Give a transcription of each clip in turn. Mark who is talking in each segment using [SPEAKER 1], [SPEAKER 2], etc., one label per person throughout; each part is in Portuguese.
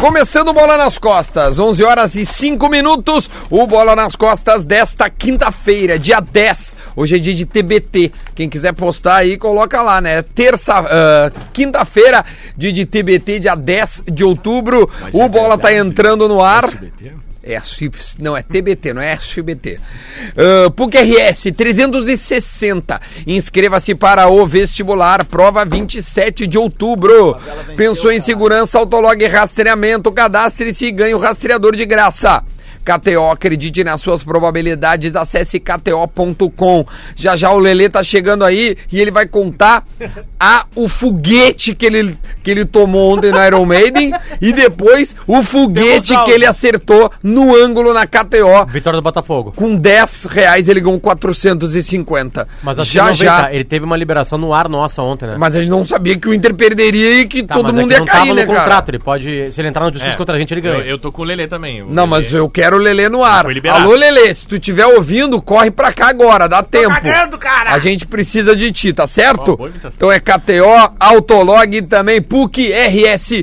[SPEAKER 1] Começando o Bola nas Costas, 11 horas e 5 minutos, o Bola nas Costas desta quinta-feira, dia 10. Hoje é dia de TBT. Quem quiser postar aí, coloca lá, né? Terça, ah, quinta-feira, dia de TBT, dia 10 de outubro. o Bola tá entrando no ar. É SBT? não, é TBT, não é SBT. Uh, PUC RS 360. Inscreva-se para o vestibular, prova 27 de outubro. Pensou em segurança, autolog e rastreamento, cadastre-se e ganhe o rastreador de graça. KTO, acredite nas suas probabilidades, acesse kto.com. Já já o Lelê tá chegando aí e ele vai contar a, o foguete que ele, que ele tomou ontem no Iron Maiden e depois o foguete que ele acertou no ângulo na KTO.
[SPEAKER 2] Vitória do Botafogo.
[SPEAKER 1] Com 10 reais ele ganhou 450.
[SPEAKER 2] Mas assim, é, acho que 90, Ele teve uma liberação no ar nossa ontem, né?
[SPEAKER 1] Mas a gente não sabia que o Inter perderia e que
[SPEAKER 2] Tá,
[SPEAKER 1] todo
[SPEAKER 2] mas
[SPEAKER 1] mundo
[SPEAKER 2] é
[SPEAKER 1] ia
[SPEAKER 2] que não
[SPEAKER 1] cair,
[SPEAKER 2] tava
[SPEAKER 1] né,
[SPEAKER 2] no
[SPEAKER 1] cara?
[SPEAKER 2] contrato. Ele pode. Se ele entrar na justiça contra a gente, ele ganha.
[SPEAKER 3] É. Eu, eu tô com o Lelê também. o
[SPEAKER 1] Não,
[SPEAKER 3] Lelê.
[SPEAKER 1] mas eu quero o Lelê no ar.
[SPEAKER 3] Foi liberado.
[SPEAKER 1] Alô, Lelê, se tu estiver ouvindo, corre pra cá agora, dá tempo.
[SPEAKER 3] cagando, cara!
[SPEAKER 1] A gente precisa de ti, tá certo?
[SPEAKER 3] Uma boa imitação.
[SPEAKER 1] então é KTO, Autolog e também PUC RS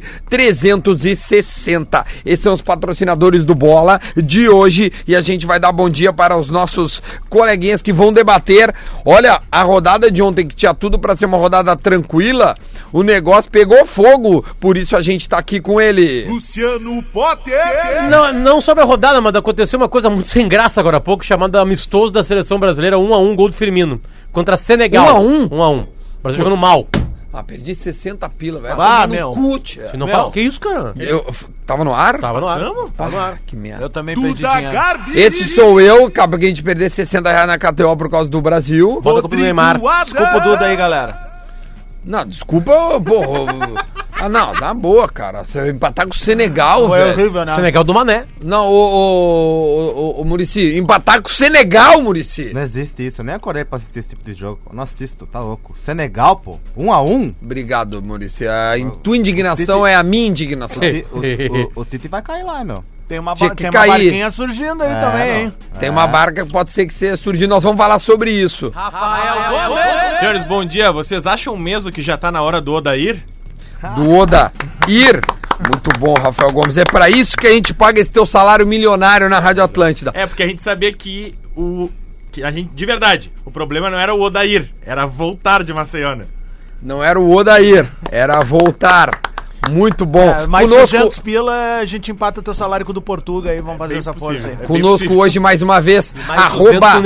[SPEAKER 1] 360. Esses são os patrocinadores do Bola de hoje e a gente vai dar bom dia para os nossos coleguinhas que vão debater. Olha, a rodada de ontem que tinha tudo pra ser uma rodada tranquila, o negócio pegou fogo, por isso a gente tá aqui com ele.
[SPEAKER 4] Luciano Potter.
[SPEAKER 2] Não, não sobre a rodada, mas aconteceu uma coisa muito sem graça agora há pouco, chamada amistoso da seleção brasileira, 1x1, gol do Firmino. Contra Senegal.
[SPEAKER 1] 1x1?
[SPEAKER 2] 1x1. O Brasil jogando mal.
[SPEAKER 1] Ah, perdi 60 pila, velho.
[SPEAKER 4] Ah,
[SPEAKER 1] Tomar no
[SPEAKER 4] meu.
[SPEAKER 1] cu, tia.
[SPEAKER 2] Se não
[SPEAKER 4] Meu.
[SPEAKER 2] fala, que isso, cara?
[SPEAKER 1] Eu f- tava no ar? Ah,
[SPEAKER 2] Tava no ar.
[SPEAKER 3] Passamos?
[SPEAKER 2] Tava no ar.
[SPEAKER 1] Que merda.
[SPEAKER 4] Eu também perdi
[SPEAKER 5] Duda
[SPEAKER 4] dinheiro.
[SPEAKER 5] Garbi.
[SPEAKER 1] Esse sou eu, acaba que a gente perder 60 reais na KTO por causa do Brasil.
[SPEAKER 2] Bota a culpa no Neymar.
[SPEAKER 4] Desculpa o Duda aí, galera.
[SPEAKER 1] Não, desculpa, eu- porra. eu- Ah, não, na boa, cara. Você vai empatar com o Senegal,
[SPEAKER 2] é
[SPEAKER 4] Foi
[SPEAKER 1] velho.
[SPEAKER 4] horrível, né?
[SPEAKER 2] Senegal do Mané.
[SPEAKER 1] Não, ô, ô, ô, ô, Murici, empatar com o Senegal, Murici.
[SPEAKER 2] Né?
[SPEAKER 5] Não existe isso, eu nem acordei pra assistir esse tipo de jogo. Eu Não assisto, tá louco. Senegal, pô, um a um.
[SPEAKER 1] Obrigado, Murici.
[SPEAKER 2] Ah,
[SPEAKER 1] A in- tua indignação é a minha
[SPEAKER 5] O,
[SPEAKER 1] indignação.
[SPEAKER 5] ti- o- o- o Tite vai cair lá, meu.
[SPEAKER 4] Tem uma,
[SPEAKER 1] Tinha
[SPEAKER 4] ba
[SPEAKER 1] que
[SPEAKER 4] tem
[SPEAKER 1] cair.
[SPEAKER 4] uma barquinha surgindo aí
[SPEAKER 5] É,
[SPEAKER 4] também,
[SPEAKER 5] não.
[SPEAKER 4] hein?
[SPEAKER 1] Tem
[SPEAKER 2] Ah.
[SPEAKER 1] uma barca que pode ser que seja surgindo, nós vamos falar sobre isso.
[SPEAKER 3] Senhores, bom dia. Vocês acham mesmo que já tá na hora do Odair?
[SPEAKER 1] do Oda Ir. Muito bom, Rafael Gomes. É pra isso que a gente paga esse teu salário milionário na Rádio Atlântida.
[SPEAKER 3] É, porque a gente sabia que o. Que a gente, de verdade, o problema não era o Odair, era voltar de Maceió. né?
[SPEAKER 1] Não era o Oda Ir, era voltar. Muito bom.
[SPEAKER 4] É, mais
[SPEAKER 1] conosco
[SPEAKER 4] 200 pila, a gente empata teu salário com o do Portuga aí, vamos fazer
[SPEAKER 3] É
[SPEAKER 4] essa força aí.
[SPEAKER 3] possível.
[SPEAKER 1] conosco hoje mais uma vez,
[SPEAKER 2] Arroba.
[SPEAKER 1] arroba,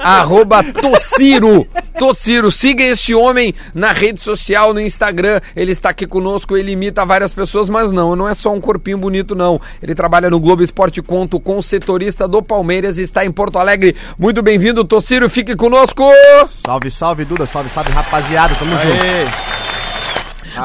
[SPEAKER 1] arroba Tociro. Tociro, siga este homem na rede social, no Instagram. Ele está aqui conosco, ele imita várias pessoas, mas não, não é só um corpinho bonito, não. Ele trabalha no Globo Esporte Conto com o setorista do Palmeiras e está em Porto Alegre. Muito bem-vindo, Tociro, fique conosco!
[SPEAKER 5] Salve, salve, Duda, salve, salve, rapaziada, tamo junto.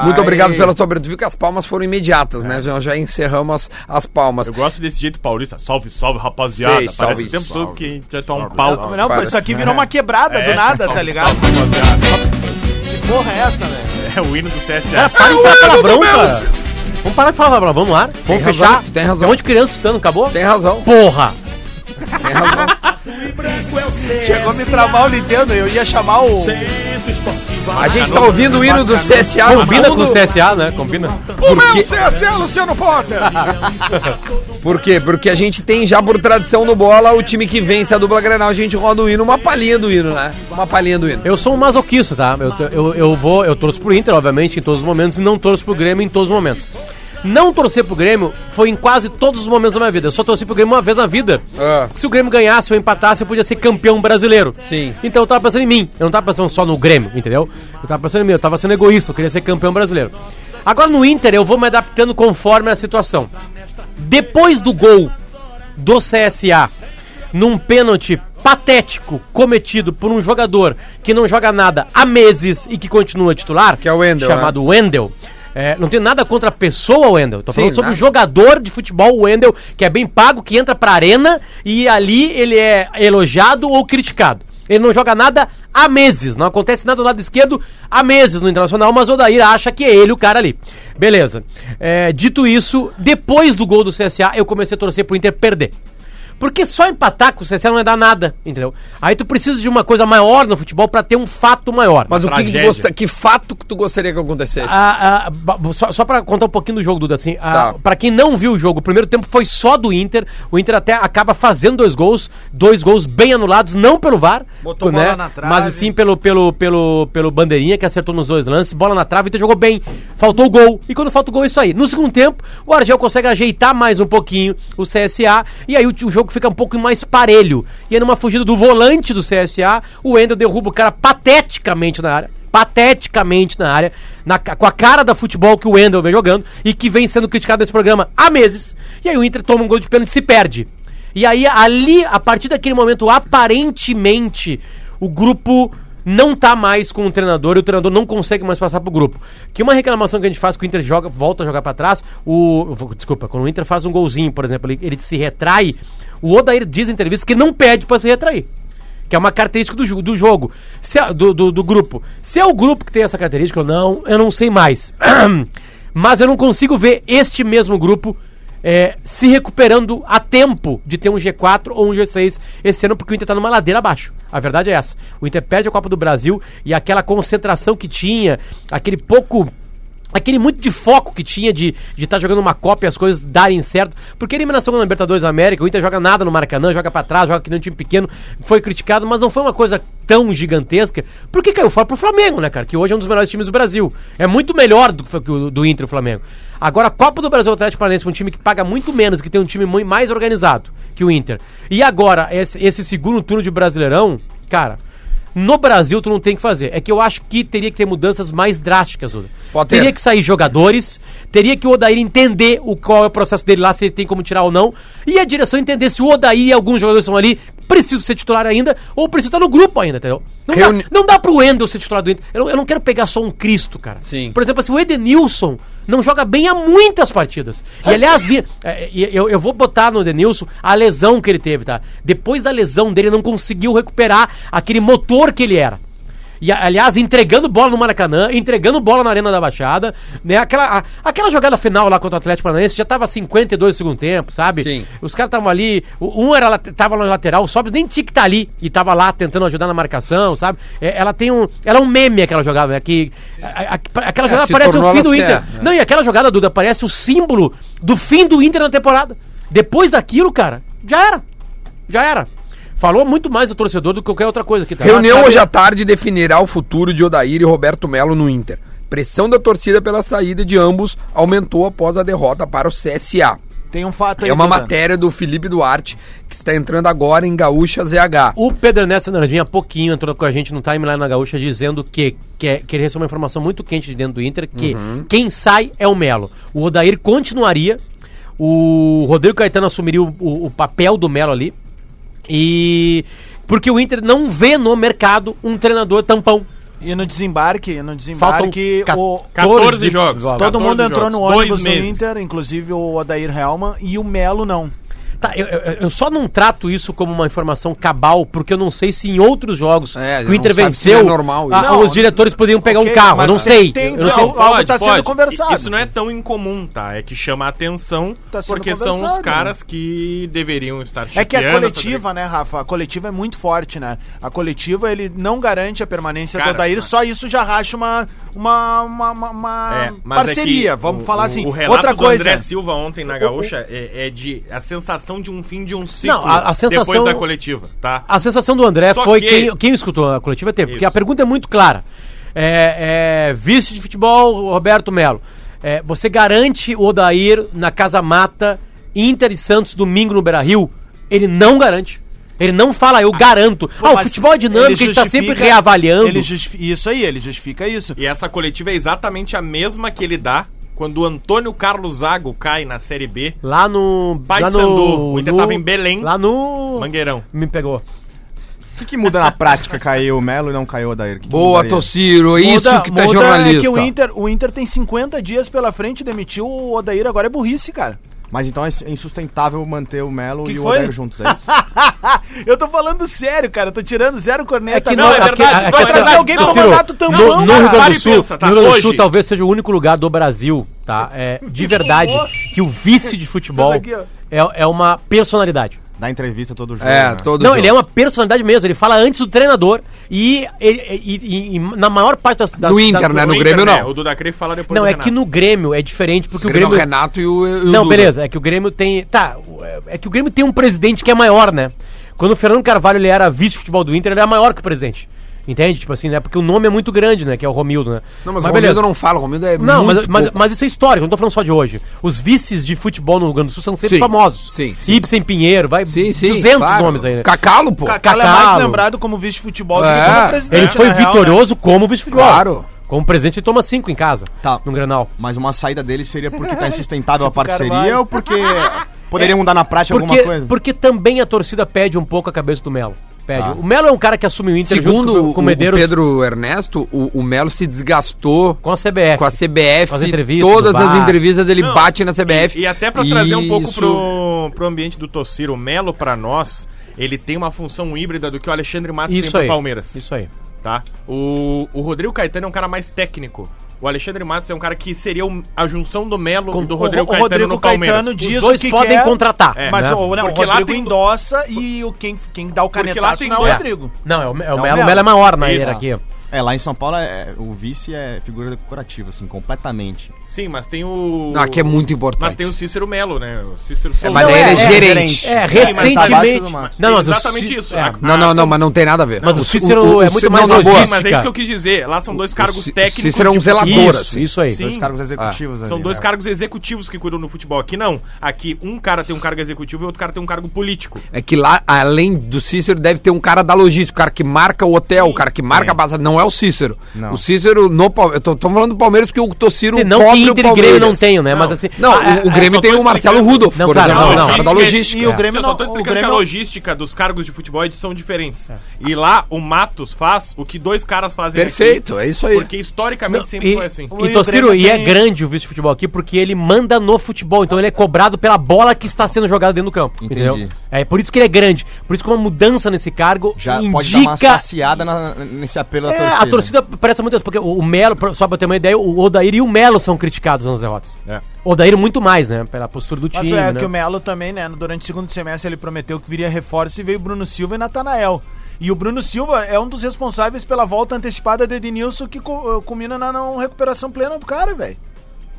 [SPEAKER 1] Muito
[SPEAKER 4] Aí.
[SPEAKER 1] obrigado pela sua abertura. Tu viu que as palmas foram imediatas, né? Já, já encerramos as, as palmas.
[SPEAKER 3] Eu gosto desse jeito paulista. Salve, salve, rapaziada.
[SPEAKER 1] Sei,
[SPEAKER 3] Parece
[SPEAKER 1] salve,
[SPEAKER 3] o tempo
[SPEAKER 1] salve.
[SPEAKER 3] todo que a gente já toma um pau.
[SPEAKER 4] Não,
[SPEAKER 1] Para.
[SPEAKER 4] isso aqui virou uma quebrada do
[SPEAKER 3] É,
[SPEAKER 4] nada,
[SPEAKER 3] salve,
[SPEAKER 4] tá ligado?
[SPEAKER 3] salve, rapaziada.
[SPEAKER 4] Que porra é essa, velho?
[SPEAKER 3] É o hino do
[SPEAKER 2] Para
[SPEAKER 3] CSA.
[SPEAKER 2] de falar palavrão, cara. Vamos parar de falar palavrão, vamos lá. Vamos
[SPEAKER 1] razão,
[SPEAKER 2] fechar.
[SPEAKER 1] tu tem razão.
[SPEAKER 2] um monte de criança chutando, acabou?
[SPEAKER 1] Tem razão,
[SPEAKER 2] Porra!
[SPEAKER 1] tem razão.
[SPEAKER 4] Chegou a me travar o Nintendo, eu ia chamar o.
[SPEAKER 1] A gente tá ouvindo o hino do CSA.
[SPEAKER 2] Combina com o
[SPEAKER 1] fundo.
[SPEAKER 2] CSA, né? Combina.
[SPEAKER 1] Por quê?
[SPEAKER 4] CSA, é Luciano Potter!
[SPEAKER 1] Por quê? Porque a gente tem já por tradição no bola o time que vence a dupla Grenal, a gente roda o hino, uma palhinha do hino, né? Uma palhinha do hino.
[SPEAKER 2] Eu sou um masoquista, tá? Eu, eu, eu vou, eu torço pro Inter, obviamente, em todos os momentos, e não torço pro Grêmio em todos os momentos. Não torcer pro Grêmio foi em quase todos os momentos da minha vida. Eu só torci pro Grêmio uma vez na vida.
[SPEAKER 1] Ah.
[SPEAKER 2] Se o Grêmio ganhasse ou empatasse, eu podia ser campeão brasileiro.
[SPEAKER 1] Sim.
[SPEAKER 2] Então eu tava pensando em mim. Eu não tava pensando só no Grêmio, entendeu? Eu tava pensando em mim, eu tava sendo egoísta, eu queria ser campeão brasileiro. Agora no Inter eu vou me adaptando conforme a situação. Depois do gol do CSA, num pênalti patético cometido por um jogador que não joga nada há meses e que continua titular,
[SPEAKER 1] Que é o Wendel,
[SPEAKER 2] chamado Wendel. É, não tem nada contra a pessoa Wendel. Tô falando
[SPEAKER 1] Sim,
[SPEAKER 2] sobre o
[SPEAKER 1] nada.
[SPEAKER 2] um jogador de futebol Wendel, que é bem pago, que entra pra arena e ali ele é elogiado ou criticado. Ele não joga nada há meses, não acontece nada do lado esquerdo há meses no Internacional, mas o Odair acha que é ele o cara ali. Beleza. É, dito isso, depois do gol do CSA, eu comecei a torcer pro Inter perder. Porque só empatar com o CSA não é dar nada, entendeu? Aí tu precisa de uma coisa maior no futebol pra ter um fato maior.
[SPEAKER 1] Mas o que, que, tu
[SPEAKER 3] Tragédia.
[SPEAKER 1] gosta- que fato que tu gostaria que acontecesse?
[SPEAKER 2] Ah, ah, ba- só, só pra contar um pouquinho do jogo, Duda, assim, ah,
[SPEAKER 1] Tá.
[SPEAKER 2] pra quem não viu o jogo, o primeiro tempo foi só do Inter, o Inter até acaba fazendo dois gols, dois gols bem anulados, não pelo VAR,
[SPEAKER 4] Botou bola na trave.
[SPEAKER 2] né? mas sim pelo, pelo, pelo, pelo bandeirinha que acertou nos dois lances, bola na trave, o Inter jogou bem, faltou o gol, e quando falta o gol é isso aí. No segundo tempo, o Argel consegue ajeitar mais um pouquinho o CSA, e aí o, t- o jogo fica um pouco mais parelho, e aí numa fugida do volante do CSA, o Wendel derruba o cara pateticamente na área, pateticamente na área, na ca- com a cara da futebol que o Wendel vem jogando e que vem sendo criticado nesse programa há meses. E aí o Inter toma um gol de pênalti e se perde. E aí, ali, a partir daquele momento, aparentemente, o grupo não tá mais com o treinador e o treinador não consegue mais passar pro grupo. Que uma reclamação que a gente faz que o Inter joga, volta a jogar pra trás, o. Desculpa, quando o Inter faz um golzinho, por exemplo, ele, ele se retrai, o Odair diz em entrevista que não pede pra se retrair. Que é uma característica do, ju- do jogo, se é- do, do, do grupo. Se é o grupo que tem essa característica ou não, eu não sei mais. Mas eu não consigo ver este mesmo grupo é, se recuperando a tempo de ter um G4 ou um G6 esse ano, porque o Inter tá numa ladeira abaixo. A verdade é essa. O Inter perde a Copa do Brasil e aquela concentração que tinha, aquele pouco aquele muito de foco que tinha de estar de tá jogando uma Copa e as coisas darem certo. Porque a eliminação na Libertadores da América, o Inter joga nada no Maracanã, joga pra trás, joga que nem um time pequeno, foi criticado, mas não foi uma coisa tão gigantesca. Por que caiu fora pro Flamengo, né, cara? Que hoje é um dos melhores times do Brasil. É muito melhor do que o do Inter o Flamengo. Agora, a Copa do Brasil o Atlético Paranaense é um time que paga muito menos, que tem um time mui- mais organizado que o Inter. E agora, esse, esse segundo turno de Brasileirão, cara... No Brasil, tu não tem o que fazer. É que eu acho que teria que ter mudanças mais drásticas, Duda.
[SPEAKER 1] Pode ter.
[SPEAKER 2] Teria que sair jogadores, teria que o Odair entender o qual é o processo dele lá, se ele tem como tirar ou não, e a direção entender se o Odair e alguns jogadores que são ali precisam ser titular ainda ou precisam estar no grupo ainda, entendeu? Não,
[SPEAKER 1] Reuni-
[SPEAKER 2] dá, não dá pro Wendel ser titular do Inter. Eu, não- eu não quero pegar só um Cristo, cara.
[SPEAKER 1] Sim.
[SPEAKER 2] Por exemplo, assim, o Edenilson não joga bem há muitas partidas. E aliás, vi- é, e eu, eu vou botar no Edenilson a lesão que ele teve, tá? Depois da lesão dele, ele não conseguiu recuperar aquele motor que ele era. E, a- aliás, entregando bola no Maracanã, entregando bola na Arena da Baixada, né? Aquela, a- aquela jogada final lá contra o Atlético Paranaense já tava 52 no segundo tempo, sabe?
[SPEAKER 1] Sim.
[SPEAKER 2] Os caras estavam ali, o- um era, late- tava na lateral, o Sobs nem tinha que estar ali e tava lá tentando ajudar na marcação, sabe? É, ela tem um. Ela é um meme aquela jogada, né? Que, a- a- aquela jogada
[SPEAKER 1] É, se
[SPEAKER 2] parece
[SPEAKER 1] tornou
[SPEAKER 2] o fim do
[SPEAKER 1] ela
[SPEAKER 2] Inter.
[SPEAKER 1] certa, né?
[SPEAKER 2] Não, e aquela jogada, Duda, parece o símbolo do fim do Inter na temporada. Depois daquilo, cara, já era. Já era. Falou muito mais o torcedor do que qualquer outra coisa aqui. tá?
[SPEAKER 1] Reunião
[SPEAKER 2] Sabe?
[SPEAKER 1] hoje à tarde definirá o futuro de Odair e Roberto Melo no Inter. Pressão da torcida pela saída de ambos aumentou após a derrota para o CSA.
[SPEAKER 4] Tem um fato aí.
[SPEAKER 1] É uma
[SPEAKER 4] Duda.
[SPEAKER 1] matéria do Felipe Duarte, que está entrando agora em Gaúcha ZH.
[SPEAKER 2] O Pedro Ernesto Nardinha, há pouquinho, entrou com a gente no timeline na Gaúcha dizendo que, que, que ele recebeu uma informação muito quente de dentro do Inter, que
[SPEAKER 1] Uhum.
[SPEAKER 2] quem sai é o Melo. O Odair continuaria, o Rodrigo Caetano assumiria o, o- o papel do Melo ali, e... Porque o Inter não vê no mercado um treinador tampão.
[SPEAKER 4] E no desembarque, no
[SPEAKER 2] Faltam
[SPEAKER 4] desembarque,
[SPEAKER 2] ca-
[SPEAKER 4] o,
[SPEAKER 3] 14 jogos.
[SPEAKER 4] todo
[SPEAKER 3] 14
[SPEAKER 4] mundo entrou no
[SPEAKER 3] jogos, dois
[SPEAKER 4] ônibus do
[SPEAKER 3] meses.
[SPEAKER 4] Inter, inclusive o Odair Helman e o Melo não.
[SPEAKER 2] Tá, eu, eu- eu só não trato isso como uma informação cabal, porque eu não sei se em outros jogos
[SPEAKER 1] É,
[SPEAKER 2] que o Inter
[SPEAKER 1] não sabe se
[SPEAKER 2] venceu,
[SPEAKER 1] é normal isso.
[SPEAKER 2] ah,
[SPEAKER 4] Não,
[SPEAKER 2] os diretores poderiam pegar
[SPEAKER 4] ok,
[SPEAKER 2] um carro. Eu
[SPEAKER 4] mas
[SPEAKER 2] não
[SPEAKER 4] tem-
[SPEAKER 2] sei.
[SPEAKER 4] tem-
[SPEAKER 2] eu não sei
[SPEAKER 4] não,
[SPEAKER 2] se-
[SPEAKER 4] algo tá sendo conversado.
[SPEAKER 3] Isso não é tão incomum, tá? É que chama atenção,
[SPEAKER 4] Tá sendo
[SPEAKER 3] porque são os
[SPEAKER 4] conversado.
[SPEAKER 3] caras que deveriam estar
[SPEAKER 4] É que a
[SPEAKER 3] chefiando essa
[SPEAKER 4] coletiva, né, Rafa? A coletiva é muito forte, né? A coletiva, ele não garante a permanência
[SPEAKER 3] Cara,
[SPEAKER 4] do Odair,
[SPEAKER 3] mas-
[SPEAKER 4] só isso já racha uma, uma, uma, uma- uma
[SPEAKER 3] É, mas
[SPEAKER 4] parceria,
[SPEAKER 3] é que
[SPEAKER 4] vamos
[SPEAKER 3] o-
[SPEAKER 4] falar
[SPEAKER 3] o-
[SPEAKER 4] assim.
[SPEAKER 3] O relato
[SPEAKER 4] Outra
[SPEAKER 3] do
[SPEAKER 4] coisa,
[SPEAKER 3] André Silva ontem na Gaúcha é, é de a sensação de um fim de um ciclo
[SPEAKER 2] Não, a- a sensação-
[SPEAKER 3] depois da coletiva, tá?
[SPEAKER 2] A sensação do André
[SPEAKER 3] Só
[SPEAKER 2] foi
[SPEAKER 3] que-
[SPEAKER 2] quem, quem escutou a coletiva teve, porque
[SPEAKER 3] Isso.
[SPEAKER 2] a pergunta é muito clara. É, é, vice de futebol, Roberto Melo. é, você garante o Odair na Casa Mata, Inter e Santos domingo no Beira Rio? Ele não garante. Ele não fala, eu garanto. ah, o
[SPEAKER 4] mas
[SPEAKER 2] futebol é dinâmico,
[SPEAKER 4] ele
[SPEAKER 2] ele está sempre
[SPEAKER 4] justifica-
[SPEAKER 2] reavaliando.
[SPEAKER 4] Ele justifi- isso aí, ele justifica isso.
[SPEAKER 3] E essa coletiva é exatamente a mesma que ele dá quando o Antônio Carlos Zago cai na Série B,
[SPEAKER 2] Lá no. lá no,
[SPEAKER 3] Paysandu, o Inter
[SPEAKER 2] no-
[SPEAKER 3] tava em Belém.
[SPEAKER 2] Lá
[SPEAKER 4] Hum.
[SPEAKER 2] no.
[SPEAKER 3] Mangueirão.
[SPEAKER 2] Me pegou.
[SPEAKER 5] O que, que muda na prática caiu o Melo e não caiu o Dair?
[SPEAKER 1] Boa, Tociro, é isso que tá
[SPEAKER 4] muda
[SPEAKER 1] jornalista.
[SPEAKER 4] É que o Inter, o Inter tem 50 dias pela frente, demitiu o Odair, agora é burrice, cara.
[SPEAKER 5] Mas então é insustentável manter o Melo
[SPEAKER 4] Que
[SPEAKER 5] e
[SPEAKER 4] que
[SPEAKER 5] o
[SPEAKER 4] foi?
[SPEAKER 5] Odair juntos, é isso?
[SPEAKER 4] Eu tô falando sério, cara, eu tô tirando zero corneta.
[SPEAKER 2] que
[SPEAKER 3] Não, é verdade,
[SPEAKER 2] aqui-
[SPEAKER 3] não,
[SPEAKER 2] aqui-
[SPEAKER 3] é verdade.
[SPEAKER 2] se alguém
[SPEAKER 3] Não,
[SPEAKER 2] pra mandar,
[SPEAKER 4] Ciro,
[SPEAKER 2] tu tampão,
[SPEAKER 4] no-
[SPEAKER 2] cara.
[SPEAKER 4] no
[SPEAKER 3] Rio Grande do Para e Sul- pensa, tá?
[SPEAKER 2] no Rio Grande do
[SPEAKER 3] Hoje.
[SPEAKER 2] Sul talvez seja o único lugar do Brasil, tá? É, de verdade, que o vice de futebol
[SPEAKER 4] Fez aqui, ó.
[SPEAKER 2] é, é uma personalidade.
[SPEAKER 5] Dá entrevista todo jogo.
[SPEAKER 1] É,
[SPEAKER 5] né?
[SPEAKER 1] todo
[SPEAKER 2] Não,
[SPEAKER 1] jogo.
[SPEAKER 2] ele é uma personalidade mesmo, ele fala antes do treinador e, ele- e- e- e na maior parte das... das
[SPEAKER 1] No Inter,
[SPEAKER 2] das-
[SPEAKER 1] né? No
[SPEAKER 3] Inter,
[SPEAKER 1] Grêmio,
[SPEAKER 3] né?
[SPEAKER 1] não.
[SPEAKER 3] O Duda Cri fala depois
[SPEAKER 2] Não,
[SPEAKER 3] do
[SPEAKER 2] é
[SPEAKER 3] Renato.
[SPEAKER 2] que no Grêmio é diferente, porque o
[SPEAKER 1] Grêmio,
[SPEAKER 2] Grêmio...
[SPEAKER 1] é o Renato e o, e o
[SPEAKER 2] Não,
[SPEAKER 1] Duda.
[SPEAKER 2] beleza, é que o Grêmio tem... Tá, o- é- é que o Grêmio tem um presidente que é maior, né? Quando o Fernando Carvalho ele era vice-futebol do Inter, ele era maior que o presidente. Entende? Tipo assim, né? Porque o nome é muito grande, né? Que é o Romildo, né?
[SPEAKER 1] Não, mas, o Romildo não fala, o Romildo é
[SPEAKER 2] Não, mas,
[SPEAKER 1] muito
[SPEAKER 2] mas,
[SPEAKER 1] pouco.
[SPEAKER 2] mas isso é histórico, não tô falando só de hoje. Os vices de futebol no Rio Grande do Sul são sempre
[SPEAKER 1] Sim,
[SPEAKER 2] famosos.
[SPEAKER 1] sim, sim.
[SPEAKER 2] Ibsen Pinheiro, vai
[SPEAKER 1] Sim, sim,
[SPEAKER 2] 200
[SPEAKER 1] claro.
[SPEAKER 2] nomes aí, né?
[SPEAKER 1] Cacalo, pô.
[SPEAKER 4] Cacalo é mais
[SPEAKER 2] Cacalo.
[SPEAKER 4] lembrado como vice-futebol
[SPEAKER 1] É.
[SPEAKER 2] Ele foi
[SPEAKER 4] na real, né?
[SPEAKER 2] vitorioso como vice-futebol.
[SPEAKER 1] Claro.
[SPEAKER 2] Como presidente, ele toma cinco em casa.
[SPEAKER 5] Tá.
[SPEAKER 2] No Granal.
[SPEAKER 5] Mas uma saída dele seria porque tá insustentável a parceria
[SPEAKER 4] Tipo, Carvalho.
[SPEAKER 5] ou porque poderia mudar na prática
[SPEAKER 2] Porque,
[SPEAKER 5] alguma coisa?
[SPEAKER 2] porque também a torcida pede um pouco a cabeça do Melo. Pede. O Melo é um cara que assumiu o Inter
[SPEAKER 1] Segundo
[SPEAKER 2] junto com,
[SPEAKER 1] o,
[SPEAKER 2] com
[SPEAKER 1] o
[SPEAKER 2] o Medeiros
[SPEAKER 1] Pedro Ernesto, o, o Melo se desgastou
[SPEAKER 2] com a CBF.
[SPEAKER 1] com a
[SPEAKER 2] Com É, as
[SPEAKER 1] CBF.
[SPEAKER 2] entrevistas
[SPEAKER 1] Todas
[SPEAKER 2] do
[SPEAKER 1] as
[SPEAKER 2] VAR.
[SPEAKER 1] entrevistas ele
[SPEAKER 3] Não,
[SPEAKER 1] bate na CBF.
[SPEAKER 3] E até pra trazer um pouco
[SPEAKER 1] Isso.
[SPEAKER 3] pro, pro ambiente do torcedor, o Melo pra nós, ele tem uma função híbrida do que o Alexandre Matos tem
[SPEAKER 2] Isso
[SPEAKER 3] pro
[SPEAKER 2] aí.
[SPEAKER 3] Palmeiras,
[SPEAKER 2] Isso aí.
[SPEAKER 3] tá? O, o Rodrigo Caetano é um cara mais técnico. O Alexandre Matos é um cara que seria um- a junção do Melo
[SPEAKER 2] Com-
[SPEAKER 3] e do
[SPEAKER 2] o-
[SPEAKER 3] Rodrigo
[SPEAKER 4] o
[SPEAKER 3] Caetano
[SPEAKER 4] Rodrigo
[SPEAKER 3] no Palmeiras.
[SPEAKER 4] Caetano diz
[SPEAKER 2] Os dois
[SPEAKER 4] o que
[SPEAKER 2] podem
[SPEAKER 4] quer,
[SPEAKER 2] contratar.
[SPEAKER 3] É,
[SPEAKER 4] Mas
[SPEAKER 2] né?
[SPEAKER 4] o, né, o
[SPEAKER 3] Porque lá
[SPEAKER 4] Rodrigo
[SPEAKER 3] tem-
[SPEAKER 4] endossa e o, quem, quem dá o
[SPEAKER 3] Porque lá
[SPEAKER 4] canetaço
[SPEAKER 3] tem
[SPEAKER 4] não é o
[SPEAKER 3] dois.
[SPEAKER 4] Rodrigo.
[SPEAKER 2] Não, é o, é o
[SPEAKER 4] Não,
[SPEAKER 2] Melo,
[SPEAKER 4] Melo.
[SPEAKER 2] o Melo é maior na
[SPEAKER 3] Isso.
[SPEAKER 2] hierarquia.
[SPEAKER 5] É, lá em São Paulo é, é- o vice é figura decorativa, assim, completamente.
[SPEAKER 3] Sim, mas tem o...
[SPEAKER 1] Ah, que é muito importante.
[SPEAKER 3] Mas tem o Cícero Melo, né? O Cícero
[SPEAKER 1] É,
[SPEAKER 3] Souza.
[SPEAKER 1] mas daí
[SPEAKER 2] Não,
[SPEAKER 1] ele é,
[SPEAKER 2] é, é
[SPEAKER 1] gerente.
[SPEAKER 2] É,
[SPEAKER 5] mas tá abaixo
[SPEAKER 2] recentemente.
[SPEAKER 5] do Matos.
[SPEAKER 2] Não, mas o
[SPEAKER 3] Exatamente
[SPEAKER 2] Ci-
[SPEAKER 3] isso.
[SPEAKER 2] é.
[SPEAKER 3] A-
[SPEAKER 1] Não, não, não, mas não tem nada a ver.
[SPEAKER 2] Mas o Cícero é muito
[SPEAKER 1] Ci-
[SPEAKER 2] mais
[SPEAKER 1] não, na boa.
[SPEAKER 3] Sim, Ah, mas é isso
[SPEAKER 2] Fica.
[SPEAKER 3] que eu quis dizer. Lá são dois cargos
[SPEAKER 1] Ci-
[SPEAKER 3] técnicos. tipo,
[SPEAKER 1] Cícero é um
[SPEAKER 3] de
[SPEAKER 1] zelador.
[SPEAKER 3] futebol.
[SPEAKER 1] Adora,
[SPEAKER 2] Isso,
[SPEAKER 1] sim. Ah.
[SPEAKER 2] isso aí.
[SPEAKER 3] Sim.
[SPEAKER 5] Dois cargos executivos
[SPEAKER 3] São
[SPEAKER 5] ali,
[SPEAKER 3] dois
[SPEAKER 5] né?
[SPEAKER 3] cargos executivos que cuidam do futebol. Aqui não. Aqui um cara tem um cargo executivo e outro cara tem um cargo político.
[SPEAKER 1] É que lá, além do Cícero, deve ter um cara da logística, o cara que marca o hotel, o cara que marca a base. Não é o Cícero.
[SPEAKER 5] Não.
[SPEAKER 1] O Cícero no Palmeiras. Eu tô, tô falando do Palmeiras porque o Tociro
[SPEAKER 2] Se não que Inter e Grêmio não tenho, né? Mas
[SPEAKER 3] Não.
[SPEAKER 2] assim.
[SPEAKER 1] Não,
[SPEAKER 2] ah,
[SPEAKER 1] o, o
[SPEAKER 2] ah,
[SPEAKER 1] Grêmio
[SPEAKER 3] só
[SPEAKER 1] tem
[SPEAKER 3] tô
[SPEAKER 1] o Marcelo
[SPEAKER 3] explicando.
[SPEAKER 1] Rudolph,
[SPEAKER 2] Não,
[SPEAKER 1] por
[SPEAKER 2] claro,
[SPEAKER 1] exemplo.
[SPEAKER 2] não, é
[SPEAKER 1] o cara
[SPEAKER 2] não.
[SPEAKER 1] da
[SPEAKER 3] Isso que-
[SPEAKER 1] logística.
[SPEAKER 4] E o Grêmio
[SPEAKER 3] Eu só
[SPEAKER 4] não.
[SPEAKER 3] tô
[SPEAKER 4] O
[SPEAKER 3] explicando que
[SPEAKER 4] Grêmio
[SPEAKER 3] a
[SPEAKER 4] não-
[SPEAKER 3] logística dos cargos de futebol é- são diferentes. E lá o Matos faz o que dois caras fazem aqui,
[SPEAKER 1] Perfeito, é isso aí.
[SPEAKER 3] porque historicamente sempre
[SPEAKER 2] e,
[SPEAKER 3] foi assim.
[SPEAKER 2] e, Tociro, e é grande o vice-futebol aqui porque ele manda no futebol, então ele é cobrado pela bola que está sendo jogada dentro do campo.
[SPEAKER 5] Entendi.
[SPEAKER 2] Entendeu? É por isso que ele é grande. Por isso que uma mudança nesse cargo
[SPEAKER 5] Já pode dar uma
[SPEAKER 2] indica.
[SPEAKER 5] saciada na- nesse apelo
[SPEAKER 2] É,
[SPEAKER 5] da torcida.
[SPEAKER 2] a torcida presta muito atenção, porque o o Melo, pra- só pra ter uma ideia, o Odair e o Melo são criticados nas derrotas.
[SPEAKER 5] É.
[SPEAKER 2] O Odair muito mais, né? Pela postura do
[SPEAKER 4] Mas
[SPEAKER 2] time.
[SPEAKER 4] é
[SPEAKER 2] né?
[SPEAKER 4] que o Melo também, né? Durante o segundo semestre ele prometeu que viria reforço e veio Bruno Silva e Natanael. E o Bruno Silva é um dos responsáveis pela volta antecipada de Edenilson que cu- eh, culmina na não recuperação plena do cara, velho.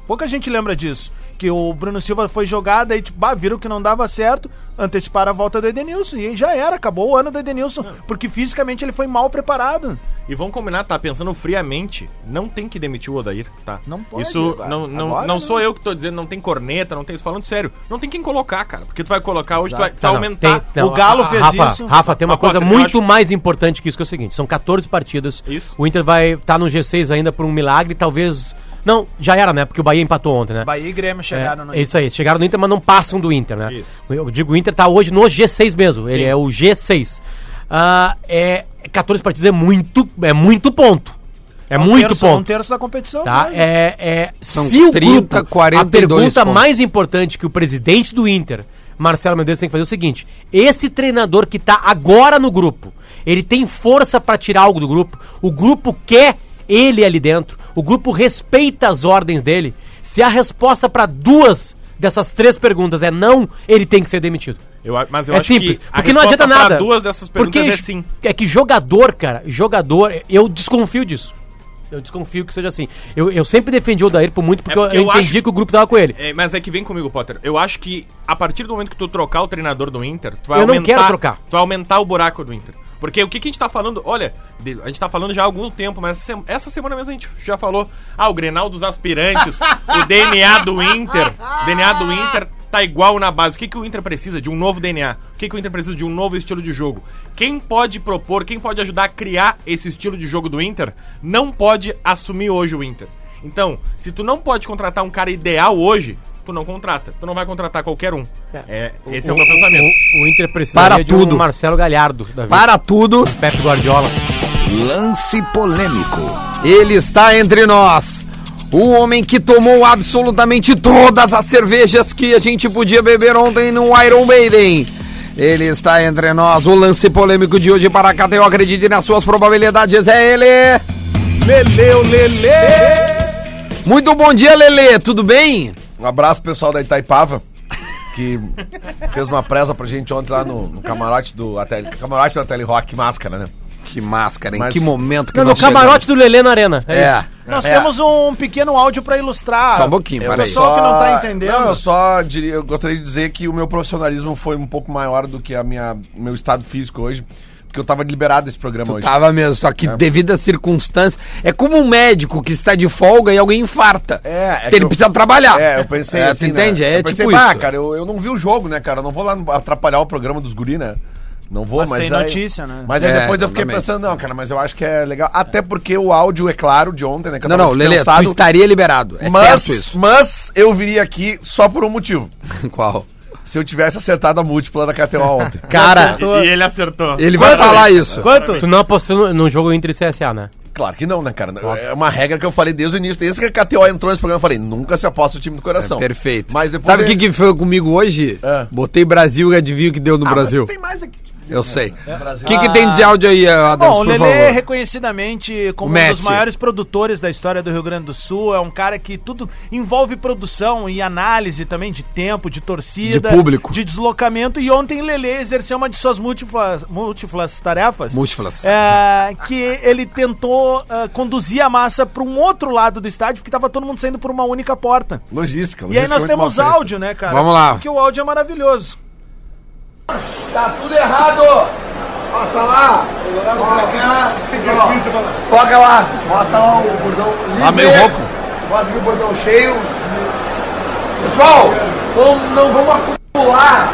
[SPEAKER 4] Pouca gente lembra disso. Que o Bruno Silva foi jogado e tipo, bah, viram que não dava certo, anteciparam a volta do Edenilson. E aí já era, acabou o ano do Edenilson, porque fisicamente ele foi mal preparado.
[SPEAKER 3] E vamos combinar, tá? Pensando friamente, não tem que demitir o Odair, tá?
[SPEAKER 4] Não pode,
[SPEAKER 3] Isso
[SPEAKER 4] agora.
[SPEAKER 3] não, não,
[SPEAKER 4] Agora
[SPEAKER 3] não
[SPEAKER 4] não.
[SPEAKER 3] sou eu que tô dizendo, não tem corneta, não tem isso. Falando sério, não tem quem colocar, cara. Porque tu vai colocar hoje, tu vai, tu vai
[SPEAKER 2] Tá, não,
[SPEAKER 3] aumentar.
[SPEAKER 2] tem- não,
[SPEAKER 4] O Galo
[SPEAKER 2] a- a-
[SPEAKER 4] fez
[SPEAKER 2] Rafa,
[SPEAKER 4] isso.
[SPEAKER 2] Rafa, tem uma
[SPEAKER 3] Pacote,
[SPEAKER 2] coisa
[SPEAKER 3] eu
[SPEAKER 2] muito
[SPEAKER 3] acho-
[SPEAKER 2] mais importante que isso, que é o seguinte: são 14 partidas.
[SPEAKER 3] Isso.
[SPEAKER 2] O Inter vai estar no G6 ainda por um milagre, talvez. Não, já era, né? Porque o Bahia empatou ontem, né?
[SPEAKER 4] Bahia e Grêmio chegaram
[SPEAKER 2] é,
[SPEAKER 4] no
[SPEAKER 2] é isso aí, chegaram no Inter, mas não passam do Inter, né?
[SPEAKER 3] Isso.
[SPEAKER 2] Eu digo, o Inter tá hoje no G6 mesmo, ele é o G6. Ah, é, 14 partidas é muito, é muito ponto. É
[SPEAKER 4] Um
[SPEAKER 2] muito
[SPEAKER 4] terço- Um
[SPEAKER 2] ponto.
[SPEAKER 4] terço da competição.
[SPEAKER 2] Tá?
[SPEAKER 4] né?
[SPEAKER 2] É, é,
[SPEAKER 1] São
[SPEAKER 2] se o
[SPEAKER 1] 30,
[SPEAKER 2] grupo,
[SPEAKER 1] 42
[SPEAKER 2] a pergunta
[SPEAKER 1] pontos.
[SPEAKER 2] mais importante que o presidente do Inter, Marcelo Mendes, tem que fazer é o seguinte: esse treinador que tá agora no grupo, ele tem força pra tirar algo do grupo. O grupo quer ele ali dentro. O grupo respeita as ordens dele. Se a resposta pra duas dessas três perguntas é não, ele tem que ser demitido
[SPEAKER 3] Eu, a- mas Então, eu
[SPEAKER 2] é
[SPEAKER 3] acho
[SPEAKER 2] simples.
[SPEAKER 3] que a
[SPEAKER 2] porque não
[SPEAKER 3] resposta
[SPEAKER 2] adianta
[SPEAKER 3] pra
[SPEAKER 2] nada.
[SPEAKER 3] duas dessas perguntas
[SPEAKER 2] porque
[SPEAKER 3] é sim.
[SPEAKER 2] É que jogador, cara, jogador, eu desconfio disso. Eu desconfio que seja assim. Eu, eu sempre defendi o Dair por muito porque,
[SPEAKER 3] É porque
[SPEAKER 2] eu,
[SPEAKER 3] eu
[SPEAKER 2] entendi
[SPEAKER 3] acho-
[SPEAKER 2] que o grupo tava com ele.
[SPEAKER 3] É, mas é que vem comigo, Potter. Eu acho que a partir do momento que tu trocar o treinador do Inter, tu vai
[SPEAKER 2] Eu não
[SPEAKER 3] aumentar.
[SPEAKER 2] quero trocar.
[SPEAKER 3] Tu vai aumentar o buraco do Inter. Porque o que, que a gente tá falando? Olha, de- a gente tá falando já há algum tempo, mas sem- essa semana mesmo a gente já falou. Ah, o Grenal dos aspirantes, o DNA do Inter. DNA do Inter tá igual na base. O que, que o Inter precisa? De um novo DNA. O que, que o Inter precisa? De um novo estilo de jogo. Quem pode propor, quem pode ajudar a criar esse estilo de jogo do Inter, não pode assumir hoje o Inter. Então, se tu não pode contratar um cara ideal hoje, tu não contrata. Tu não vai contratar qualquer um. É, esse é o meu pensamento.
[SPEAKER 2] O, o Inter precisaria
[SPEAKER 1] Para
[SPEAKER 2] de um
[SPEAKER 1] tudo.
[SPEAKER 2] Marcelo Galhardo da vida.
[SPEAKER 1] Para tudo,
[SPEAKER 2] Pepe Guardiola.
[SPEAKER 6] Lance polêmico.
[SPEAKER 1] ele está entre nós. O homem que tomou absolutamente todas as cervejas que a gente podia beber ontem no Iron Maiden. Ele está entre nós. O lance polêmico de hoje para a KTO. Acredite nas suas probabilidades. É ele.
[SPEAKER 7] Leleu, Lele!
[SPEAKER 1] Muito bom dia, Lelê. Tudo bem?
[SPEAKER 7] Um abraço pessoal da Itaipava, que fez uma presa pra gente ontem lá no, no camarote do Ateli, camarote do Ateli Rock, máscara, né?
[SPEAKER 1] Que máscara, em
[SPEAKER 7] Mas-
[SPEAKER 1] que momento que
[SPEAKER 2] Não, no
[SPEAKER 1] nós
[SPEAKER 2] camarote tá do Lelê na Arena.
[SPEAKER 1] chegamos. É.
[SPEAKER 4] Nós
[SPEAKER 1] é.
[SPEAKER 4] temos um pequeno áudio pra ilustrar.
[SPEAKER 1] Só um pouquinho,
[SPEAKER 7] Eu
[SPEAKER 1] peraí.
[SPEAKER 4] só- Pessoal que não tá entendendo.
[SPEAKER 7] Não, eu só diria, eu gostaria de dizer que o meu profissionalismo foi um pouco maior do que a minha o meu estado físico hoje, porque eu tava liberado desse programa
[SPEAKER 1] Tu
[SPEAKER 7] hoje.
[SPEAKER 1] tava mesmo, só que
[SPEAKER 7] É.
[SPEAKER 1] devido às circunstâncias. É como um médico que está de folga e alguém infarta.
[SPEAKER 7] É, é
[SPEAKER 1] Ele
[SPEAKER 7] que eu-
[SPEAKER 1] precisa trabalhar.
[SPEAKER 7] É, eu pensei
[SPEAKER 1] É,
[SPEAKER 7] assim,
[SPEAKER 1] tu entende?
[SPEAKER 7] né?
[SPEAKER 1] É
[SPEAKER 7] eu pensei,
[SPEAKER 1] tipo
[SPEAKER 7] "Bah,
[SPEAKER 1] isso.
[SPEAKER 7] cara, eu, eu não vi o jogo, né, cara? Eu não vou lá no- atrapalhar o programa dos guri, né? Não vou,
[SPEAKER 4] Mas
[SPEAKER 7] mas,
[SPEAKER 4] tem
[SPEAKER 7] aí-
[SPEAKER 4] notícia, né?
[SPEAKER 7] Mas aí
[SPEAKER 1] É,
[SPEAKER 7] depois eu fiquei
[SPEAKER 1] exatamente.
[SPEAKER 7] pensando, não, cara, mas eu acho que é legal. Até porque o áudio, é claro, de ontem, né? Que eu
[SPEAKER 1] Não,
[SPEAKER 7] tava
[SPEAKER 1] não, Lelê, tu
[SPEAKER 7] dispensado,
[SPEAKER 1] estaria liberado. É certo
[SPEAKER 7] mas,
[SPEAKER 1] isso.
[SPEAKER 7] mas eu viria aqui só por um motivo.
[SPEAKER 1] Qual?
[SPEAKER 7] Se eu tivesse acertado a múltipla da KTO ontem.
[SPEAKER 1] Cara,
[SPEAKER 4] Acertou.
[SPEAKER 3] E ele acertou.
[SPEAKER 1] ele vai falar isso.
[SPEAKER 4] Quanto?
[SPEAKER 2] Tu não apostou no, no jogo entre CSA, né?
[SPEAKER 7] Claro que não, né, cara? É uma regra que eu falei desde o início. Desde que a KTO entrou nesse programa, eu falei, nunca se aposta o time do coração.
[SPEAKER 1] É, Perfeito.
[SPEAKER 7] Mas depois
[SPEAKER 1] Sabe o que, que foi comigo hoje?
[SPEAKER 7] É.
[SPEAKER 1] Botei Brasil e adivinha o que deu no Brasil.
[SPEAKER 7] Ah, Tem É, Ah. mais aqui.
[SPEAKER 1] Eu sei. O que, que tem de áudio aí, Adams,
[SPEAKER 4] Bom, o
[SPEAKER 1] por
[SPEAKER 4] Lelê é
[SPEAKER 1] favor?
[SPEAKER 4] reconhecidamente como
[SPEAKER 1] O
[SPEAKER 4] um dos
[SPEAKER 1] Messi.
[SPEAKER 4] maiores produtores da história do Rio Grande do Sul. É um cara que tudo envolve produção e análise também de tempo, de torcida,
[SPEAKER 1] De público.
[SPEAKER 4] de deslocamento. E ontem Lelê exerceu uma de suas múltiplas, múltiplas tarefas.
[SPEAKER 1] Múltiplas.
[SPEAKER 4] É, que ele tentou é, conduzir a massa para um outro lado do estádio, porque tava todo mundo saindo por uma única porta.
[SPEAKER 7] Logística.
[SPEAKER 4] E aí nós
[SPEAKER 1] é
[SPEAKER 4] temos
[SPEAKER 7] áudio.
[SPEAKER 4] áudio, né, cara?
[SPEAKER 1] Vamos lá.
[SPEAKER 4] Porque o áudio é maravilhoso.
[SPEAKER 8] Tá tudo errado! Passa lá! Foca. Ó, Foca lá! Mostra lá o bordão livre!
[SPEAKER 7] Lá meio rouco.
[SPEAKER 8] Mostra aqui o bordão cheio! Pessoal, vamos, não vamos acumular!